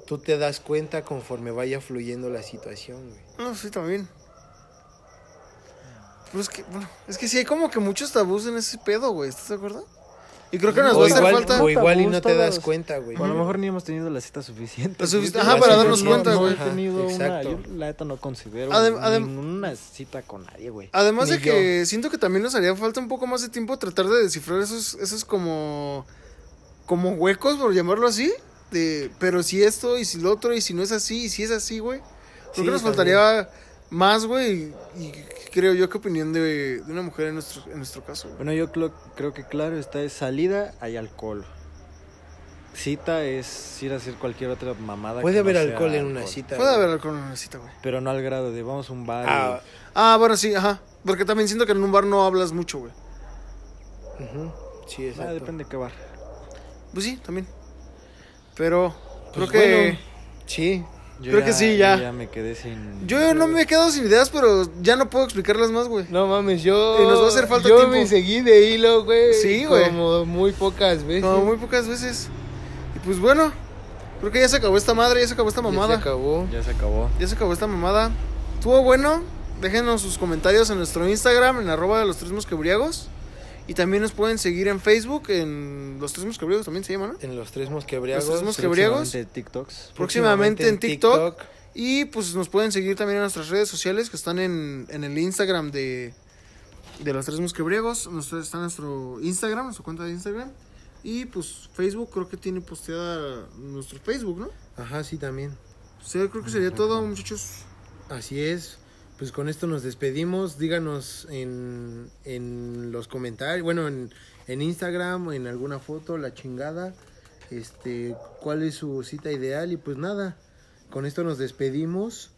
Tú te das cuenta conforme vaya fluyendo la situación, güey. No, sí, también. Pero es que, bueno, es que sí hay como que muchos tabús en ese pedo, güey. ¿Estás de acuerdo? Y creo que nos o va a hacer igual, falta. o igual y no Tabús te das todos. cuenta, güey. O Pues a lo mejor ni hemos tenido la cita suficiente. La sufici- Yo ajá, la para neta darnos no- cuenta, no güey. he tenido Ajá, una- exacto. yo la neta no considero Adem- adem- Ah. ninguna cita con nadie, güey. Además de Ni que siento que también nos haría falta un poco más de tiempo tratar de descifrar esos, esos como. como huecos, por llamarlo así. De, pero si esto, y si lo otro, y si no es así, y si es así, güey. Creo Sí, que nos faltaría más, güey. Y creo yo que opinión de, de una mujer en nuestro, en nuestro caso, güey. Bueno, yo clo- creo que claro, está es salida, hay alcohol. Cita es ir a hacer cualquier otra mamada. Puede que haber no sea alcohol en una cita. Puede güey. haber alcohol en una cita, güey. Pero no al grado de vamos a un bar. pues, Ah, Ah, bueno, sí, ajá. Porque también siento que en un bar no hablas mucho, güey. ujú, Sí, y- Ah, exacto. depende de qué bar. Pues sí, también. Pero creo Pues que. bueno, sí. Yo Creo que sí, ya. Ya me quedé sin. Yo no me he quedado sin ideas, pero ya no puedo explicarlas más, güey. No mames, yo. Y nos va a hacer falta Yo tiempo. me seguí de hilo, güey. Sí, güey. Como muy pocas veces. Como muy pocas veces. Y pues bueno, creo que ya se acabó esta madre, ya se acabó esta Ya mamada. Se acabó. Ya se acabó. Ya se acabó esta mamada. Estuvo bueno. Déjenos sus comentarios en nuestro Instagram, en arroba de los tres mosquebriagos. Y también nos pueden seguir en Facebook, en los tres mosquebriagos también se llama, ¿no? En los tres mosquebriagos. Los tres mos- ¿Mosquebriagos? Próximamente TikToks. Próximamente en TikTok. Y pues nos pueden seguir también en nuestras redes sociales que están en, en el Instagram de, de los tres musquebriegos. Nos- Está nuestro Instagram, nuestra cuenta de Instagram. Y pues Facebook creo que tiene posteada nuestro Facebook, ¿no? Ajá, sí, también. O sea, creo que Ah, sería todo, muchachos. Así es. Pues con esto nos despedimos. Díganos en, en los comentarios, bueno, en, en Instagram, en alguna foto, la chingada, este, cuál es su cita ideal y pues nada, con esto nos despedimos.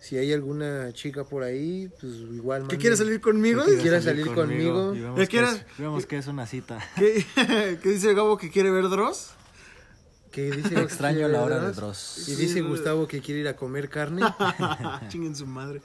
Si hay alguna chica por ahí, pues igual. ¿Que manden. quiere salir conmigo? Que quiera salir conmigo. Digamos Es que, que era- es, digamos que es una cita. ¿Qué, ¿Qué [laughs] dice Gabo que quiere ver Dross? [laughs] Que dice Extraño la hora de Y Dross. dice Gustavo que quiere ir a [laughs] comer carne. Chinguen su madre.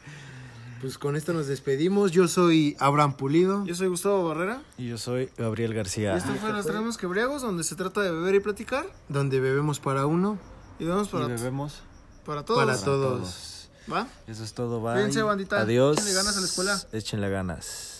Pues con esto nos despedimos. Yo soy Abraham Pulido. Yo soy Gustavo Barrera. Y yo soy Gabriel Y García. esto fue Los Traemos Quebriagos, donde se trata de beber y platicar. Donde bebemos para uno, Y vamos Y para, bebemos para todos. para todos. todos. ¿Va? Eso es todo, bye. Cuídense, bandita. Adiós. Échenle ganas a la escuela. Échenle ganas.